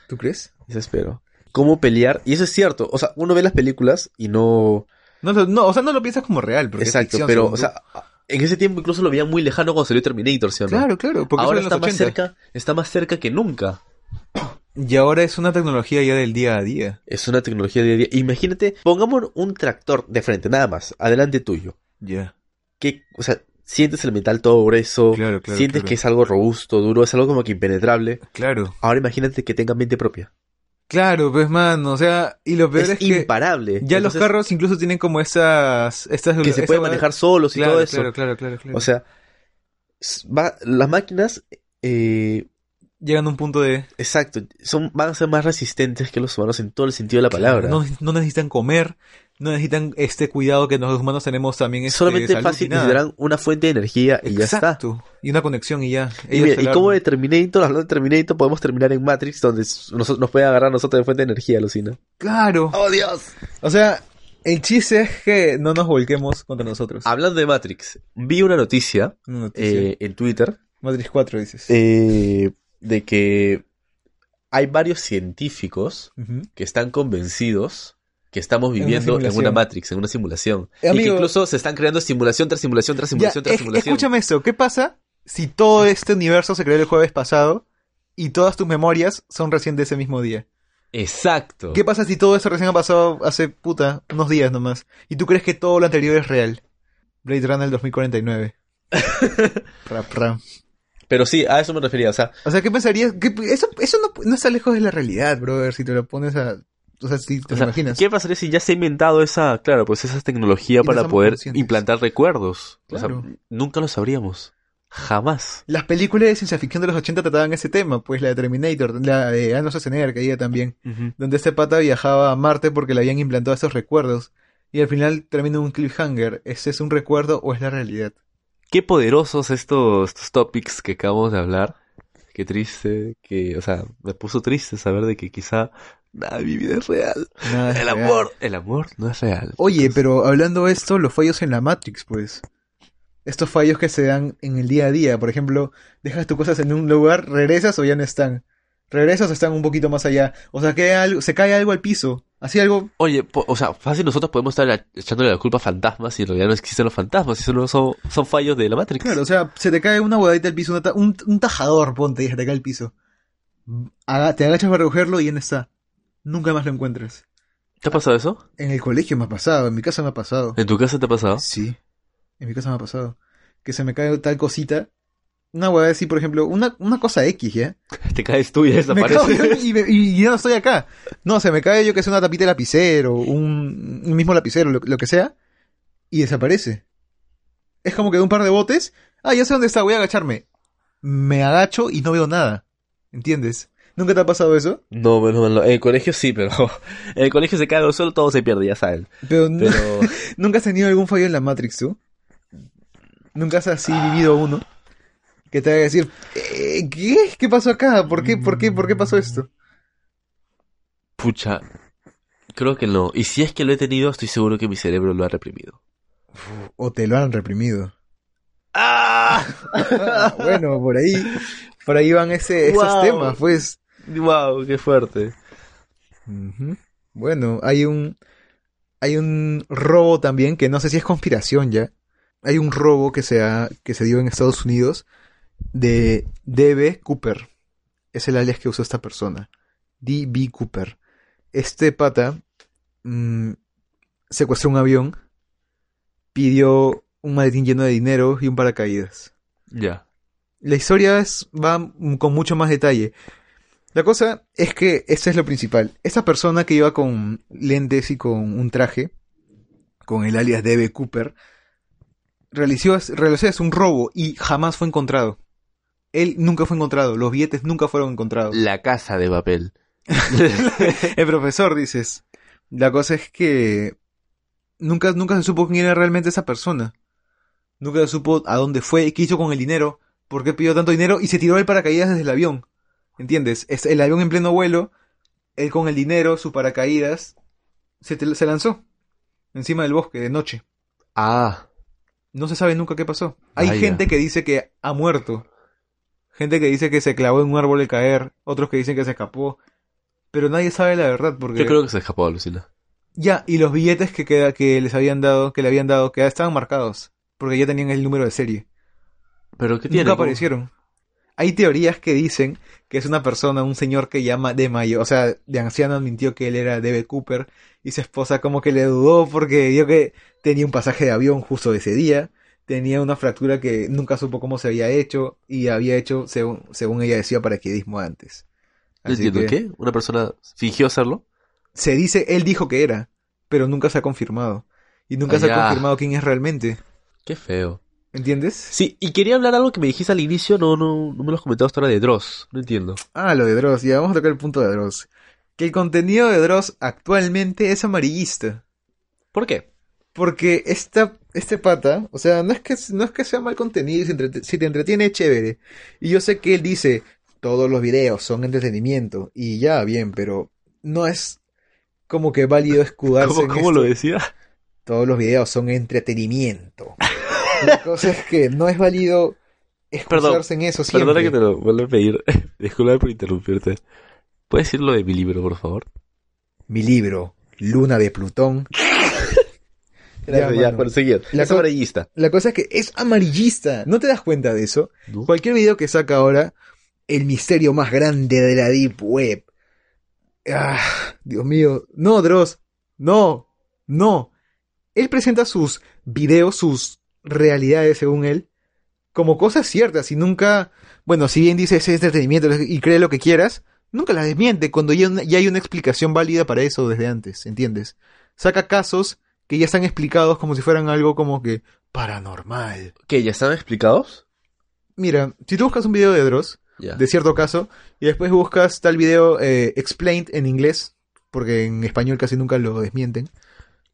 C: ¿Tú crees?
B: Eso espero. ¿Cómo pelear? Y eso es cierto. O sea, uno ve las películas y no.
C: No, lo- no, o sea, no lo piensas como real, porque es
B: Exacto,
C: ficción,
B: pero,
C: según
B: o
C: tú.
B: sea, en ese tiempo incluso lo veía muy lejano cuando salió Terminator, ¿sí o no?
C: Claro, claro, porque
B: Ahora
C: eso era
B: está
C: en los
B: más
C: 80.
B: cerca, está más cerca que nunca.
C: Y ahora es una tecnología ya del día a día.
B: Es una tecnología de día a día. Imagínate, pongamos un tractor de frente, nada más, adelante tuyo.
C: Ya.
B: que, o sea, sientes el metal todo grueso,
C: Claro, claro,
B: sientes
C: claro.
B: que es algo robusto, duro, es algo como que impenetrable.
C: Claro.
B: Ahora imagínate que tenga mente propia.
C: Claro, pues man, o sea, y lo peor es,
B: Es,
C: que
B: imparable.
C: ya los
B: Entonces,
C: carros incluso tienen como esas estas
B: que se
C: esa
B: pueden
C: hueá-
B: manejar solos y
C: claro,
B: todo eso.
C: Claro, claro, claro, claro.
B: O sea, s- va- las máquinas, eh,
C: llegan a un punto de
B: exacto, son, van a ser más resistentes que los humanos en todo el sentido de la palabra.
C: No, no necesitan comer, no necesitan este cuidado que los humanos tenemos también este,
B: Solamente
C: salud
B: fácil
C: y nada.
B: necesitarán una fuente de energía y ya está.
C: Exacto. Y una conexión y ya.
B: Y,
C: Ellos
B: mira,
C: se
B: y
C: la
B: como
C: arman.
B: de Terminator, hablando de Terminator, podemos terminar en Matrix, donde s- nos, nos puede agarrar a nosotros de fuente de energía, Lucina.
C: Claro.
B: ¡Oh, Dios!
C: O sea, el chiste es que no nos volquemos contra nosotros.
B: Hablando de Matrix, vi una noticia
C: Una noticia.
B: Ah, eh, en Twitter
C: Matrix 4 dices.
B: eh, de que hay varios científicos
C: Ujú.
B: que están convencidos que estamos
C: una
B: viviendo en una,
C: simulación.
B: Matrix, en una simulación.
C: Eh,
B: y que
C: amigo-
B: incluso se están creando simulación tras simulación tras
C: Ya,
B: simulación tras
C: es-
B: simulación.
C: escúchame esto, ¿qué pasa si todo este universo se creó el jueves pasado y todas tus memorias son recién de ese mismo día?
B: Exacto.
C: ¿Qué pasa si todo eso recién ha pasado hace puta unos días nomás y tú crees que todo lo anterior es real? Blade Runner 2049. Rap, rap.
B: Pero sí, a eso me refería. O sea,
C: O sea, ¿qué pensarías? ¿Qué- eso eso no, no está lejos de la realidad, brother, si te lo pones a... O sea, si te
B: o
C: lo
B: sea,
C: imaginas.
B: ¿qué pasaría si ya se ha inventado esa, claro, pues esa tecnología
C: no
B: para
C: somos
B: poder
C: conscientes.
B: implantar recuerdos? O sea,
C: Claro.
B: nunca lo sabríamos. Jamás.
C: Las películas de ciencia ficción de los 80 trataban ese tema, pues la de Terminator, la de Arnold Schwarzenegger que había también. donde este pata viajaba a Marte porque le habían implantado esos recuerdos. Y al final termina en un cliffhanger. ¿Ese es un recuerdo o es la realidad?
B: qué poderosos estos, estos topics que acabamos de hablar. Qué triste, que, o sea, me puso triste saber de que quizá nada, mi vida es real.
C: Nada es
B: El
C: real.
B: amor, el amor no es real.
C: Oye, pero hablando de esto, los fallos en la Matrix, pues. Estos fallos que se dan en el día a día. Por ejemplo, dejas tus cosas en un lugar, regresas o ya no están. regresas están un poquito más allá. O sea, que algo, se cae algo al piso. Así algo.
D: Oye, po- o sea, fácil nosotros podemos estar la- echándole la culpa a fantasmas y en realidad no existen los fantasmas, eso no son, son fallos de la Matrix.
C: Claro, o sea, se te cae una huevadita al piso, una ta- un, un tajador, ponte, y se te cae al piso. Aga- te agachas para recogerlo y en está. Nunca más lo encuentras.
D: ¿Te ha pasado eso?
C: En el colegio me ha pasado, en mi casa me ha pasado.
D: ¿En tu casa te ha pasado?
C: Sí, en mi casa me ha pasado. Que se me cae tal cosita. Una huevada así, por ejemplo, una, una cosa X, ¿ya?
D: Te caes tú y
C: Me cago
D: desapareces.
C: y, me- y ya no estoy acá. No, se me cae yo que sea una tapita de lapicero, un, un mismo lapicero, lo, lo que sea, y desaparece. Es como que de un par de botes, ah, ya sé dónde está, voy a agacharme. Me agacho y no veo nada. ¿Entiendes? ¿Nunca te ha pasado eso?
B: No, menos mal, no. En el colegio sí, pero
D: En el colegio se cae algo solo, todo se pierde, ya saben.
C: Pero, n-
D: Pero
C: ¿Nunca has tenido algún fallo en la Matrix tú? ¿Nunca has así vivido uno? Que te haga decir, eh, ¿qué? ¿Qué pasó acá? ¿Por qué? ¿Por qué? ¿Por qué pasó esto?
D: Pucha, creo que no. Y si es que lo he tenido, estoy seguro que mi cerebro lo ha reprimido.
C: O te lo han reprimido.
D: ¡Ah!
C: Ah, bueno, por ahí, por ahí van ese, esos
D: Wow.
C: temas, pues.
D: ¡Wow! ¡Qué fuerte!
C: Ujú. Bueno, hay un, hay un robo también que no sé si es conspiración ya. Hay un robo que se ha- que se dio en Estados Unidos de DB Cooper. Es el alias que usó esta persona. DB Cooper. Este pata mm, secuestró un avión, pidió un maletín lleno de dinero y un paracaídas.
D: Ya.
C: La historia es- va mm, con mucho más detalle. La cosa es que esto es lo principal. Esta persona que iba con lentes y con un traje, con el alias DB Cooper, realizó, realizó un robo y jamás fue encontrado. Él nunca fue encontrado, los billetes nunca fueron encontrados.
D: La casa de papel.
C: El profesor, dices. La cosa es que nunca, nunca se supo quién era realmente esa persona. Nunca se supo a dónde fue, qué hizo con el dinero, por qué pidió tanto dinero y se tiró el paracaídas desde el avión. ¿Entiendes? Es el avión en pleno vuelo, él con el dinero, sus paracaídas, se, te- se lanzó encima del bosque de noche.
D: ah,
C: No se sabe nunca qué pasó. Hay
D: Vaya.
C: gente que dice que ha muerto. Gente que dice que se clavó en un árbol al caer. Otros que dicen que se escapó. Pero nadie sabe la verdad porque...
D: yo creo que se escapó, Alucina.
C: Ya, y los billetes que queda, que les habían dado, que le habían dado, que ya estaban marcados, porque ya tenían el número de serie.
D: ¿Pero qué tiene?
C: Nunca
D: ¿Cómo?
C: aparecieron. Hay teorías que dicen que es una persona, un señor que llama de mayo, o sea, de anciano admitió que él era D.B. Cooper y su esposa como que le dudó porque vio que tenía un pasaje de avión justo ese día, tenía una fractura que nunca supo cómo se había hecho y había hecho, según, según ella decía, paraquedismo antes.
D: No
C: Así
D: entiendo.
C: que
D: ¿Qué? ¿Una persona fingió hacerlo?
C: se dice, él dijo que era, pero nunca se ha confirmado. Y nunca se
D: Allá.
C: ha confirmado quién es realmente.
D: ¡Qué feo!
C: ¿Entiendes?
D: Sí, y quería hablar algo que me dijiste al inicio, no, no, no me lo has comentado hasta ahora de Dross. No entiendo.
C: Ah, lo de Dross, ya vamos a tocar el punto de Dross. Que el contenido de Dross actualmente es amarillista.
D: ¿Por qué?
C: Porque esta, este pata, o sea, no es que, no es que sea mal contenido, si, entrete- si te entretiene, chévere. Y yo sé que él dice, todos los videos son entretenimiento, y ya, bien, pero no es como que válido escudarse
D: ¿Cómo,
C: en
D: cómo
C: esto.
D: lo decía?
C: todos los videos son entretenimiento. La cosa es que no es válido excusarse en eso siempre.
D: Perdona que te lo vuelva a pedir. Disculpa por interrumpirte. ¿Puedes decir lo de mi libro, por favor?
C: Mi libro, Luna de Plutón.
B: Gracias,
C: Ya,
B: ya,
C: mano.
B: bueno, seguir.
C: La
B: es
C: co-
B: amarillista.
C: La cosa es que es amarillista. ¿No te das cuenta de eso?
D: No.
C: Cualquier video que saca ahora, el misterio más grande de la Deep Web. Ah, Dios mío. No, Dross. No. No. Él presenta sus videos, sus realidades, según él, como cosas ciertas y nunca... Bueno, si bien dice ese entretenimiento y cree lo que quieras, nunca las desmiente cuando ya, ya hay una explicación válida para eso desde antes, ¿entiendes? Saca casos que ya están explicados como si fueran algo como que paranormal.
B: ¿Qué? ¿Ya están explicados?
C: Mira, si tú buscas un video de Dross,
D: Ya.
C: de cierto caso, y después buscas tal video eh, explained en inglés, porque en español casi nunca lo desmienten.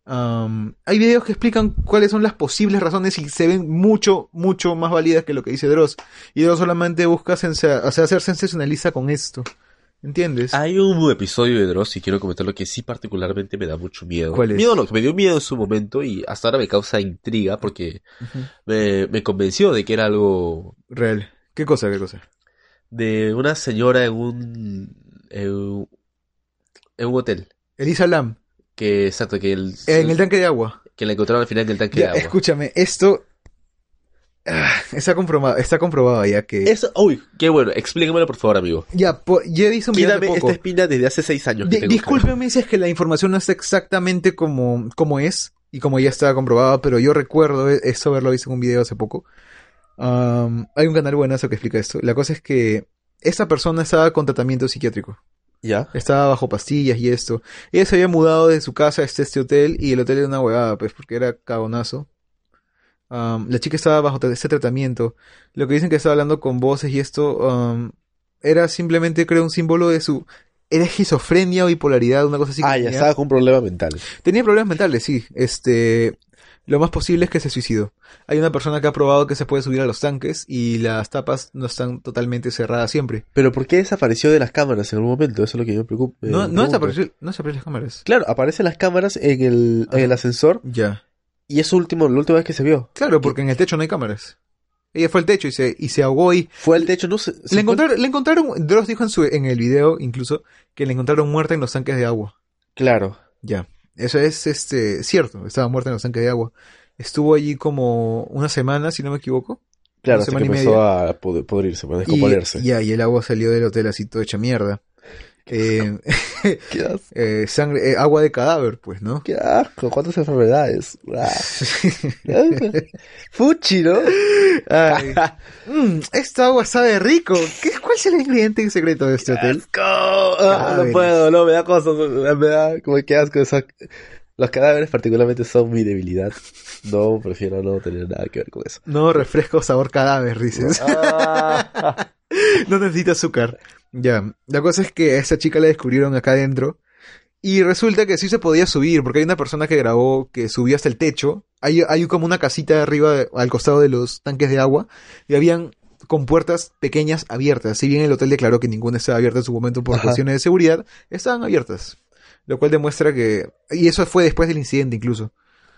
C: am, hay videos que explican cuáles son las posibles razones y se ven mucho, mucho más válidas que lo que dice Dross. Y Dross solamente busca sensa- o sea, ser sensacionalista con esto.
B: Ah,
C: ¿Entiendes?
D: Hay un episodio de Dross y quiero comentar lo que sí particularmente me da mucho miedo.
C: ¿Cuál es?
D: Miedo no, que me dio miedo en su momento y hasta ahora me causa intriga porque me, me convenció de que era algo
C: Real. ¿Qué cosa, qué cosa?
B: de una señora en un, en un, en un hotel.
C: Elisa Lam, eh,
B: Que exacto, que, el,
C: en el tanque de agua.
B: que la encontraron al final del tanque
C: Ya,
B: de agua.
C: Escúchame, esto ah, está comprobado, está comprobado ya que
B: Eso, uy, qué bueno, explíquemelo por favor, amigo.
C: ya por- yo he visto un video hace
B: Quítame
C: poco.
B: esta espina desde hace seis años. que
C: Di-
B: tengo.
C: discúlpeme si es que la información no es exactamente como, como es y como ya está comprobada, pero yo recuerdo e- eso haberlo visto en un video hace poco. Am, hay un canal buenazo que explica esto. La cosa es que esta persona estaba con tratamiento psiquiátrico.
B: Ya.
C: Estaba bajo pastillas y esto. Ella se había mudado de su casa a este, este hotel y el hotel era una huevada, pues, porque era cagonazo. Am, la chica estaba bajo tra- ese tratamiento. Lo que dicen que estaba hablando con voces y esto am, era simplemente, creo, un símbolo de su... Era esquizofrenia o bipolaridad, una cosa así. que
B: ah, ya
C: tenía.
B: estaba con un problema mental.
C: Tenía problemas mentales, sí. Este, lo más posible es que se suicidó. Hay una persona que ha probado que se puede subir a los tanques y las tapas no están totalmente cerradas siempre.
B: Pero ¿por qué desapareció de las cámaras en algún momento? Eso es lo que yo me preocupo. me
C: No, no
B: pregunto.
C: desapareció- no desaparecieron las cámaras.
B: Claro, aparecen las cámaras en el, en el ascensor
C: Ya.
B: y es último, la última vez que se vio.
C: Claro, porque en el techo no hay cámaras. Ella fue al techo y se, y se ahogó y
B: Fue al techo, no sé. se
C: le encontraron, le encontraron, Dross dijo en su, en el video incluso, que le encontraron muerta en los tanques de agua.
B: encuentra- Claro.
C: Ya. Eso es, este, cierto, estaba muerta en los tanques de agua. Estuvo allí como una semana, si no me equivoco.
B: Claro,
C: Una
B: hasta que
C: semana y
B: empezó a pod- podrirse, a descomponerse.
C: Y, ya, y el agua salió del hotel así toda hecha mierda. Eh,
B: Qué asco,
C: eh, sangre, eh, agua de cadáver, pues, ¿no?
B: qué asco, cuántas enfermedades. Ah. Fuchi, ¿no?
C: Ay. Mm, esta agua sabe rico. ¿Qué, ¿Cuál es el ingrediente secreto de este hotel?
B: Asco. Ah, no
C: Cadáveres.
B: puedo, no, me da cosas, me da como que asco. esa- Los cadáveres particularmente son mi debilidad. No, prefiero no tener nada que ver con eso.
C: No, refresco sabor cadáver, dices.
B: Ah.
C: no necesita azúcar. Ya, la cosa es que a esta chica la descubrieron acá adentro. Y resulta que sí se podía subir, porque hay una persona que grabó que subió hasta el techo. Hay, hay como una casita arriba, de- al costado de los tanques de agua. Y habían con puertas pequeñas abiertas. Si bien el hotel declaró que ninguna estaba abierta en su momento por
B: Ajá.
C: cuestiones de seguridad, estaban abiertas. Lo cual demuestra que... Y eso fue después del incidente incluso.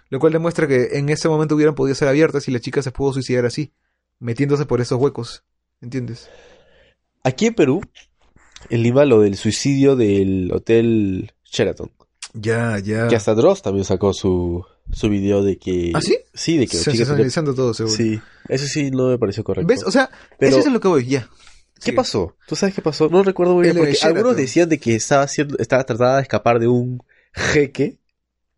C: Lo cual demuestra que en ese momento hubieran podido ser abiertas y la chica se pudo suicidar así, metiéndose por esos huecos. ¿Entiendes?
B: Aquí en Perú, en Lima, lo del suicidio del hotel Sheraton.
C: Ya, ya.
B: Que hasta Dross también sacó su, su video de que.
C: ¿Ah, sí?
B: Sí, de que. chicas-
C: Sensacionalizando todo, seguro.
B: sí, eso sí no me pareció correcto.
C: ¿Ves? O sea,
B: Pero-
C: eso es a lo que voy, ya.
B: ¿Qué
C: Sigue.
B: pasó? ¿Tú sabes qué pasó? No recuerdo muy bien.
C: El de
B: Porque
C: Sheraton.
B: algunos decían de que estaba, haciendo, estaba tratada de escapar de un jeque.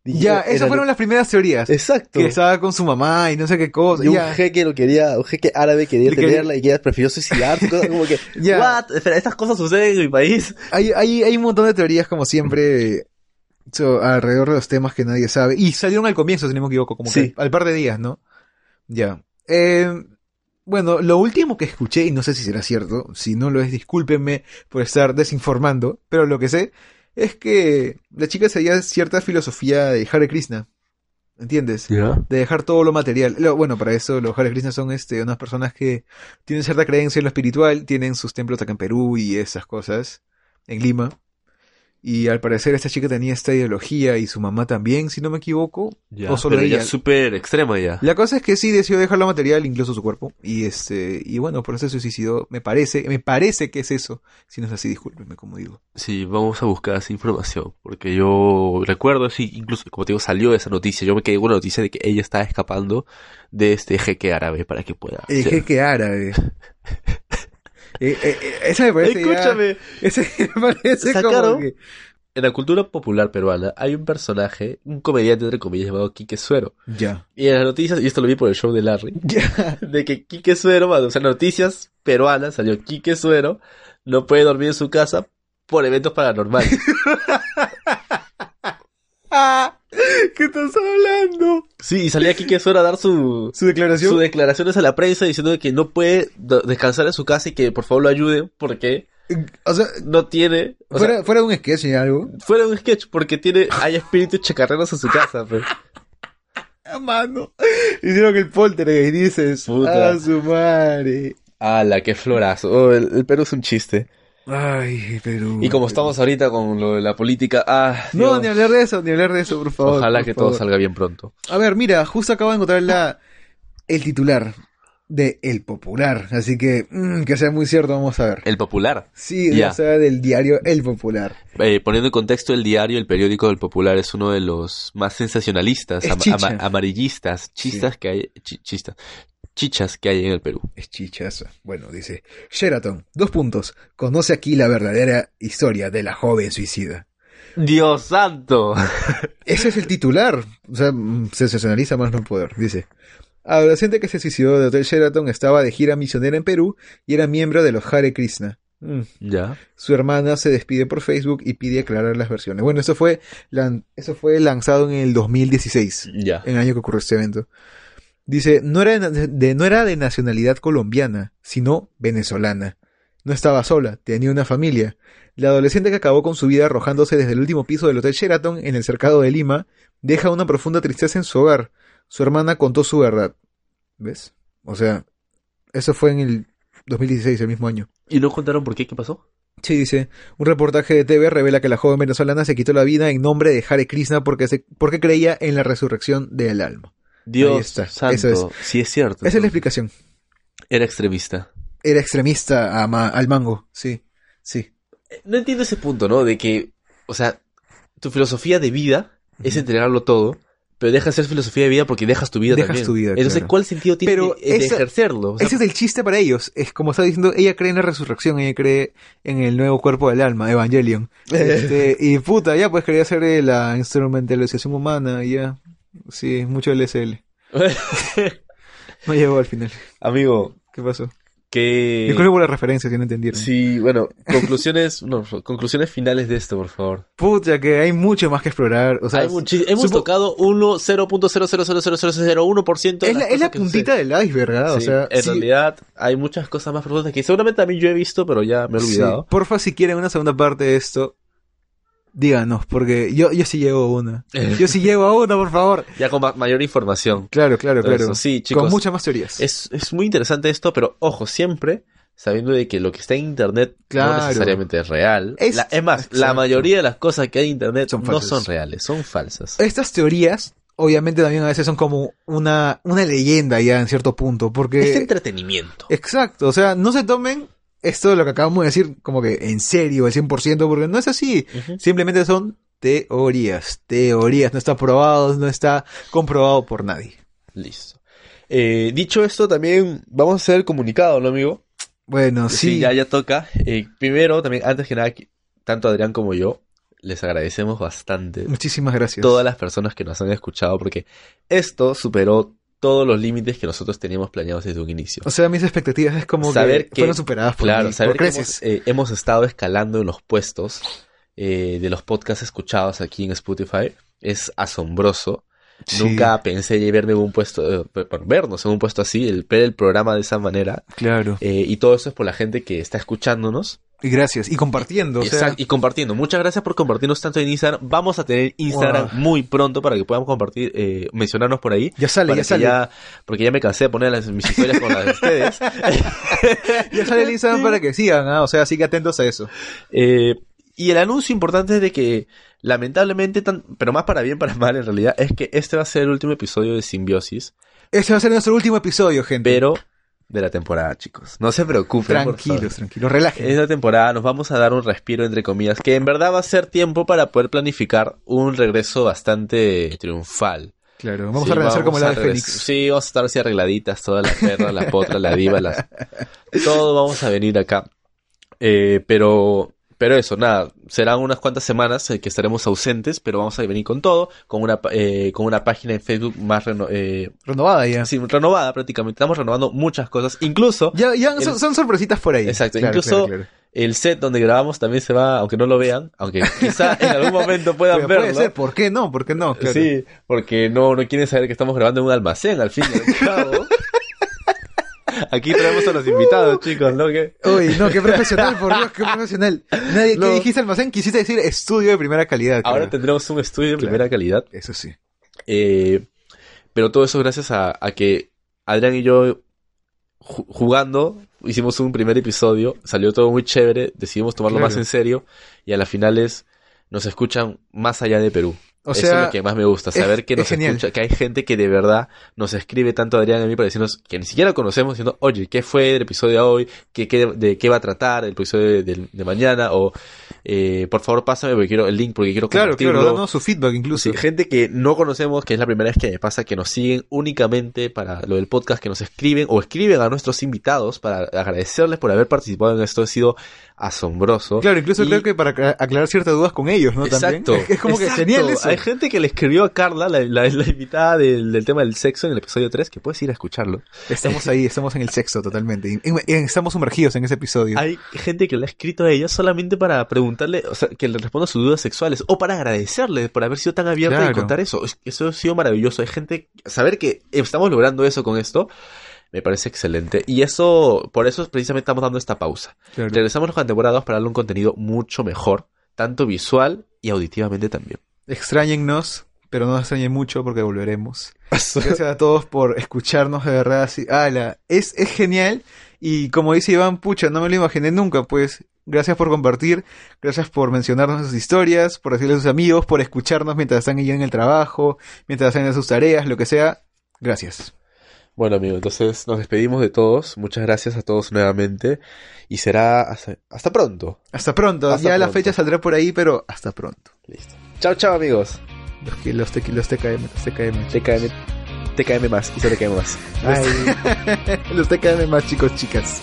B: Y
C: Ya,
B: era-
C: esas
B: era-
C: fueron las primeras teorías.
B: Exacto.
C: Que estaba con su mamá y no sé qué cosa.
B: Y un
C: ya.
B: jeque lo quería, un jeque árabe quería
C: Le quería-
B: tenerla y que ella prefirió suicidarse. cosas como que,
C: Ya.
B: what? Espera, estas cosas suceden en mi país.
C: Hay, hay, hay un montón de teorías, como siempre, so- alrededor de los temas que nadie sabe. Y salieron al comienzo, si no me equivoco, como
B: Sí.
C: que al par de días, ¿no? Ya. Eh, bueno, lo último que escuché, y no sé si será cierto, si no lo es, discúlpenme por estar desinformando, pero lo que sé es que la chica seguía cierta filosofía de Hare Krishna. ¿Entiendes? de dejar todo lo material. Lo- bueno, para eso los Hare Krishna son este, unas personas que tienen cierta creencia en lo espiritual, tienen sus templos acá en Perú y esas cosas, en Lima. Y al parecer esta chica tenía esta ideología y su mamá también, si no me equivoco.
D: Ya,
C: o solo
D: pero
C: ella.
D: ya súper extrema ya.
C: La cosa es que sí decidió dejar lo material, incluso su cuerpo. Y este, y bueno, por eso se suicidó. Me parece, me parece que es eso. Si no es así, discúlpenme, como digo.
D: Sí, vamos a buscar esa información, porque yo recuerdo, sí, incluso como te digo, salió esa noticia, yo me quedé con la noticia de que ella estaba escapando de este jeque árabe para que pueda.
C: El
D: ser-
C: jeque árabe. Eh, eh, eh, esa me parece ya-
B: Escúchame.
C: esa me parece como
B: Sacaron-
C: que-
D: En la cultura popular peruana hay un personaje, un comediante entre comillas llamado Quique Suero.
C: Ya.
D: Y en las noticias, y esto lo vi por el show de Larry,
C: Ya.
D: de que Quique Suero, mano, o sea, noticias peruanas, salió Quique Suero, no puede dormir en su casa por eventos paranormales.
C: ¿Qué estás hablando?
D: Sí, y salía Quique Suero a dar su,
C: Su declaración.
D: sus declaraciones a la prensa diciendo que no puede do- descansar en su casa y que por favor lo ayuden porque
C: O sea,
D: no tiene... o
C: fuera,
D: sea,
C: fuera de un sketch y algo.
D: fuera de un sketch porque tiene hay espíritus chacarreros en su casa. pues.
C: Ah, mano. Hicieron el poltergeist, dices.
D: Puta.
C: Ah, su madre.
D: ¡Hala, qué florazo! Oh, el, el Perú es un chiste.
C: Ay, Perú.
D: Y como estamos ahorita con lo de la política... ¡Ah,
C: No,
D: Dios!
C: ni hablar de eso, ni hablar de eso, por favor.
D: Ojalá
C: por
D: que
C: favor.
D: todo salga bien pronto.
C: A ver, mira, justo acabo de encontrar la, el titular. de El Popular. Así que, mm, que sea muy cierto, vamos a ver.
D: El popular.
C: Sí,
D: Eh, Ya.
C: o sea, del diario El Popular.
D: Eh, poniendo en contexto el diario, el periódico del Popular es uno de los más sensacionalistas,
C: Es
D: ama-
C: chicha.
D: ama- amarillistas, chistas que hay, chi- chistas, chichas que hay en el Perú.
C: Es chichazo. Bueno, dice Sheraton, dos puntos. Conoce aquí la verdadera historia de la joven suicida.
D: Dios santo.
C: Ese es el titular. O sea, mm, sensacionaliza más no poder. Dice. Adolescente que se suicidó de Hotel Sheraton estaba de gira misionera en Perú y era miembro de los Hare Krishna. Mm.
D: Ya.
C: Su hermana se despide por Facebook y pide aclarar las versiones. Bueno, eso fue, lan- eso fue lanzado en el 2016,
D: Ya.
C: en el año que ocurrió este evento. Dice, no era de, de- no era de nacionalidad colombiana, sino venezolana. No estaba sola, tenía una familia. La adolescente que acabó con su vida arrojándose desde el último piso del Hotel Sheraton en el cercado de Lima, deja una profunda tristeza en su hogar. Su hermana contó su verdad. ¿Ves? O sea, eso fue en el 2016, el mismo año.
D: ¿Y no contaron por qué? ¿Qué pasó?
C: Sí, dice, un reportaje de TV revela que la joven venezolana se quitó la vida en nombre de Hare Krishna porque, se, porque creía en la resurrección del alma. Ahí
D: Dios
C: está, eso
D: santo. Sí es cierto.
C: Esa es la explicación.
D: Era extremista.
C: Era extremista a ma- al mango, sí, sí.
D: No entiendo ese punto, ¿no? De que, o sea, tu filosofía de vida es entregarlo todo, pero dejas ser filosofía de vida porque dejas tu vida
C: Dejas
D: también.
C: tu vida,
D: Entonces,
C: claro.
D: ¿cuál sentido tiene
C: Pero
D: de, de
C: esa-
D: ejercerlo? O sea,
C: Ese es el chiste para ellos. Es como está diciendo, ella cree en la resurrección, ella cree en el nuevo cuerpo del alma, Evangelion. Este, y puta, ya pues quería hacer eh, la instrumentalización humana, y ya. Sí, mucho LSL. No llegó al final.
B: Amigo,
C: ¿Qué pasó?
B: que...
C: Disculpe por la referencia, si no entendieron.
B: Sí, bueno, conclusiones, no, conclusiones finales de esto, por favor.
C: Puta, que hay mucho más que explorar. O sea,
D: hay muchi- hemos
C: Ah, supo-
D: tocado uno 0.0000001% de
C: es la,
D: las
C: es
D: cosas
C: la
D: que
C: puntita del iceberg, ¿verdad?
D: suceden.
C: o
D: Sí,
C: sea,
B: en
C: sí,
B: realidad hay muchas cosas más profundas que seguramente también yo he visto, pero ya me he
C: sí.
B: olvidado.
C: Porfa, si quieren una segunda parte de esto, díganos, porque yo, yo sí llevo una.
B: Eh.
C: Yo sí llevo a una, por favor.
B: Ya con ma- mayor información.
C: Claro, claro,
B: Todo
C: claro.
B: eso. Sí, chicos.
C: Con muchas más teorías.
B: Es, es muy interesante esto, pero ojo, siempre sabiendo de que lo que está en internet
C: Claro.
B: no necesariamente es real.
C: Es-
B: Es, la, es más, la
C: Exacto.
B: mayoría de las cosas que hay en internet
C: Son
B: no
C: falsas. Eh,
B: son reales, son falsas.
C: Estas teorías, obviamente, también a veces son como una, una leyenda ya en cierto punto, porque...
B: es entretenimiento.
C: Exacto, o sea, no se tomen esto de lo que acabamos de decir como que en serio, al 100%, porque no es así.
B: Ujú.
C: Simplemente son teorías, teorías, no está probado, no está comprobado por nadie.
B: Listo. Eh, dicho esto, también vamos a hacer el comunicado, ¿no, amigo?
C: Bueno,
B: Pues Sí,
C: sí,
B: ya, ya toca. Eh, primero, también, antes que nada, que- tanto Adrián como yo, les agradecemos bastante
C: muchísimas gracias.
B: todas las personas que nos han escuchado, porque esto superó todos los límites que nosotros teníamos planeados desde un inicio.
C: O sea, mis expectativas es como
B: Saber
C: que,
B: que-
C: fueron superadas por
B: Claro,
C: mí,
B: saber
C: Pues por
B: que
C: creces.
B: hemos, eh, hemos estado escalando en los puestos eh, de los podcasts escuchados aquí en Spotify es asombroso.
C: Sí,
B: Nunca pensé en verme en un puesto, eh, por vernos en un puesto así, el ver el programa de esa manera.
C: claro.
B: Eh, y todo eso es por la gente que está escuchándonos.
C: Y gracias, y compartiendo, o sea,
B: Exacto, y compartiendo. Muchas gracias por compartirnos tanto en Instagram. Vamos a tener Instagram
C: Wow.
B: muy pronto para que podamos compartir, eh, mencionarnos por ahí.
C: ya sale,
B: Para
C: ya
B: que
C: sale. Ya,
B: ya- porque ya me cansé de poner las, mis historias con las de ustedes.
C: sale el Instagram para que sigan, ah, o sea, así que atentos a eso.
B: Eh, y el anuncio importante es de que, lamentablemente, tan, pero más para bien, para mal en realidad, es que este va a ser el último episodio de Simbiosis,
C: Este va a ser nuestro último episodio, gente.
B: pero de la temporada, chicos. No se preocupen. por favor.
C: tranquilos, tranquilos, relájense.
B: Esta temporada nos vamos a dar un respiro, entre comillas, que en verdad va a ser tiempo para poder planificar un regreso bastante triunfal.
C: Claro, vamos
B: Sí,
C: a regresar como la
B: vamos
C: de
B: a regres-
C: Fénix.
B: Sí, vamos a estar así arregladitas, todas las perras, la potra, la diva, las... Todo vamos a venir acá. Eh, pero... Pero eso, nada, serán unas cuantas semanas eh, que estaremos ausentes, pero vamos a venir con todo, con una, pa- eh, con una página en Facebook más reno- eh,
C: Renovada ya.
B: sí, renovada prácticamente. Estamos renovando muchas cosas, incluso
C: Ya, ya son,
B: El-
C: son sorpresitas por ahí.
B: Exacto,
C: Claro,
B: incluso-
C: claro, claro.
B: El set donde grabamos también se va, aunque no lo vean, aunque quizá en algún momento puedan
C: Pero puede
B: verlo.
C: ser, ¿por qué no? ¿Por qué no? Claro.
B: Sí, porque no, no quieren saber que estamos grabando en un almacén al fin y al cabo. Uh. Aquí traemos a los invitados, chicos, ¿no? Que-
C: Uy, no, qué profesional, por Dios, qué profesional. Nadie,
B: No.
C: ¿Qué dijiste almacén? Quisiste decir estudio de primera calidad.
B: Ahora
C: creo.
B: tendremos un estudio de
C: Claro.
B: primera calidad.
C: Eso sí.
B: eh, pero todo eso gracias a, a que Adrián y yo ju- jugando hicimos un primer episodio, salió todo muy chévere, decidimos tomarlo
C: Claro.
B: más en serio y a las finales nos escuchan más allá de Perú.
C: O
B: Eso
C: sea,
B: es lo que más me gusta, saber
C: es-
B: que
C: es
B: nos
C: genial.
B: escucha, que hay gente que de verdad nos escribe tanto a Adrián y a mí para decirnos que ni siquiera conocemos, diciendo, oye, ¿qué fue del episodio de hoy? ¿Qué, qué- de qué va a tratar el episodio de, del- de mañana? O, eh, por favor, pásame porque quiero el link, porque quiero
C: claro, claro,
B: compartirlo.
C: danos su feedback incluso.
B: Sí, gente que no conocemos, que es la primera vez que me pasa, que nos siguen únicamente para lo del podcast, que nos escriben o escriben a nuestros invitados para agradecerles por haber participado en esto. Ha sido asombroso.
C: Claro, incluso
B: Y-
C: creo que para acla- aclarar ciertas dudas con ellos, ¿no?
B: Exacto.
C: También. Es como
B: exacto.
C: que genial eso.
B: Hay gente que le escribió a Carla, la, la- la invitada del, del tema del sexo en el episodio 3, que puedes ir a escucharlo.
C: Estamos ahí, estamos en el sexo totalmente. Y- y- y estamos sumergidos en ese episodio.
B: Hay gente que le ha escrito a ella solamente para preguntarle, o sea, que le responda sus dudas sexuales o para agradecerle por haber sido tan abierta y
C: Claro.
B: contar eso. Es- Eso ha sido maravilloso. Hay gente, saber que estamos logrando eso con esto. Me parece excelente. Y eso, por eso precisamente estamos dando esta pausa.
C: Claro.
B: Regresamos con la temporada 2 para darle un contenido mucho mejor, tanto visual y auditivamente también.
C: Extrañennos, pero no extrañen mucho porque volveremos. Gracias a todos por escucharnos de verdad. Así, ala, es, es genial. Y como dice Iván, pucha, no me lo imaginé nunca, pues. Gracias por compartir, gracias por mencionarnos en sus historias, por decirle a sus amigos, por escucharnos mientras están allí en el trabajo, mientras hacen sus tareas, lo que sea. Gracias.
B: Bueno, amigo, entonces nos despedimos de todos. Muchas gracias a todos nuevamente. Y será hasta, hasta pronto.
C: Hasta pronto.
B: Hasta
C: ya la
B: pronto.
C: fecha saldrá por ahí, pero hasta pronto.
B: Listo. Chao, chao, amigos.
C: Los, que- los, tequi- los TKM, los TKM.
B: TKM, TKM más. Y solo TKM más.
C: los TKM más chicos, chicas.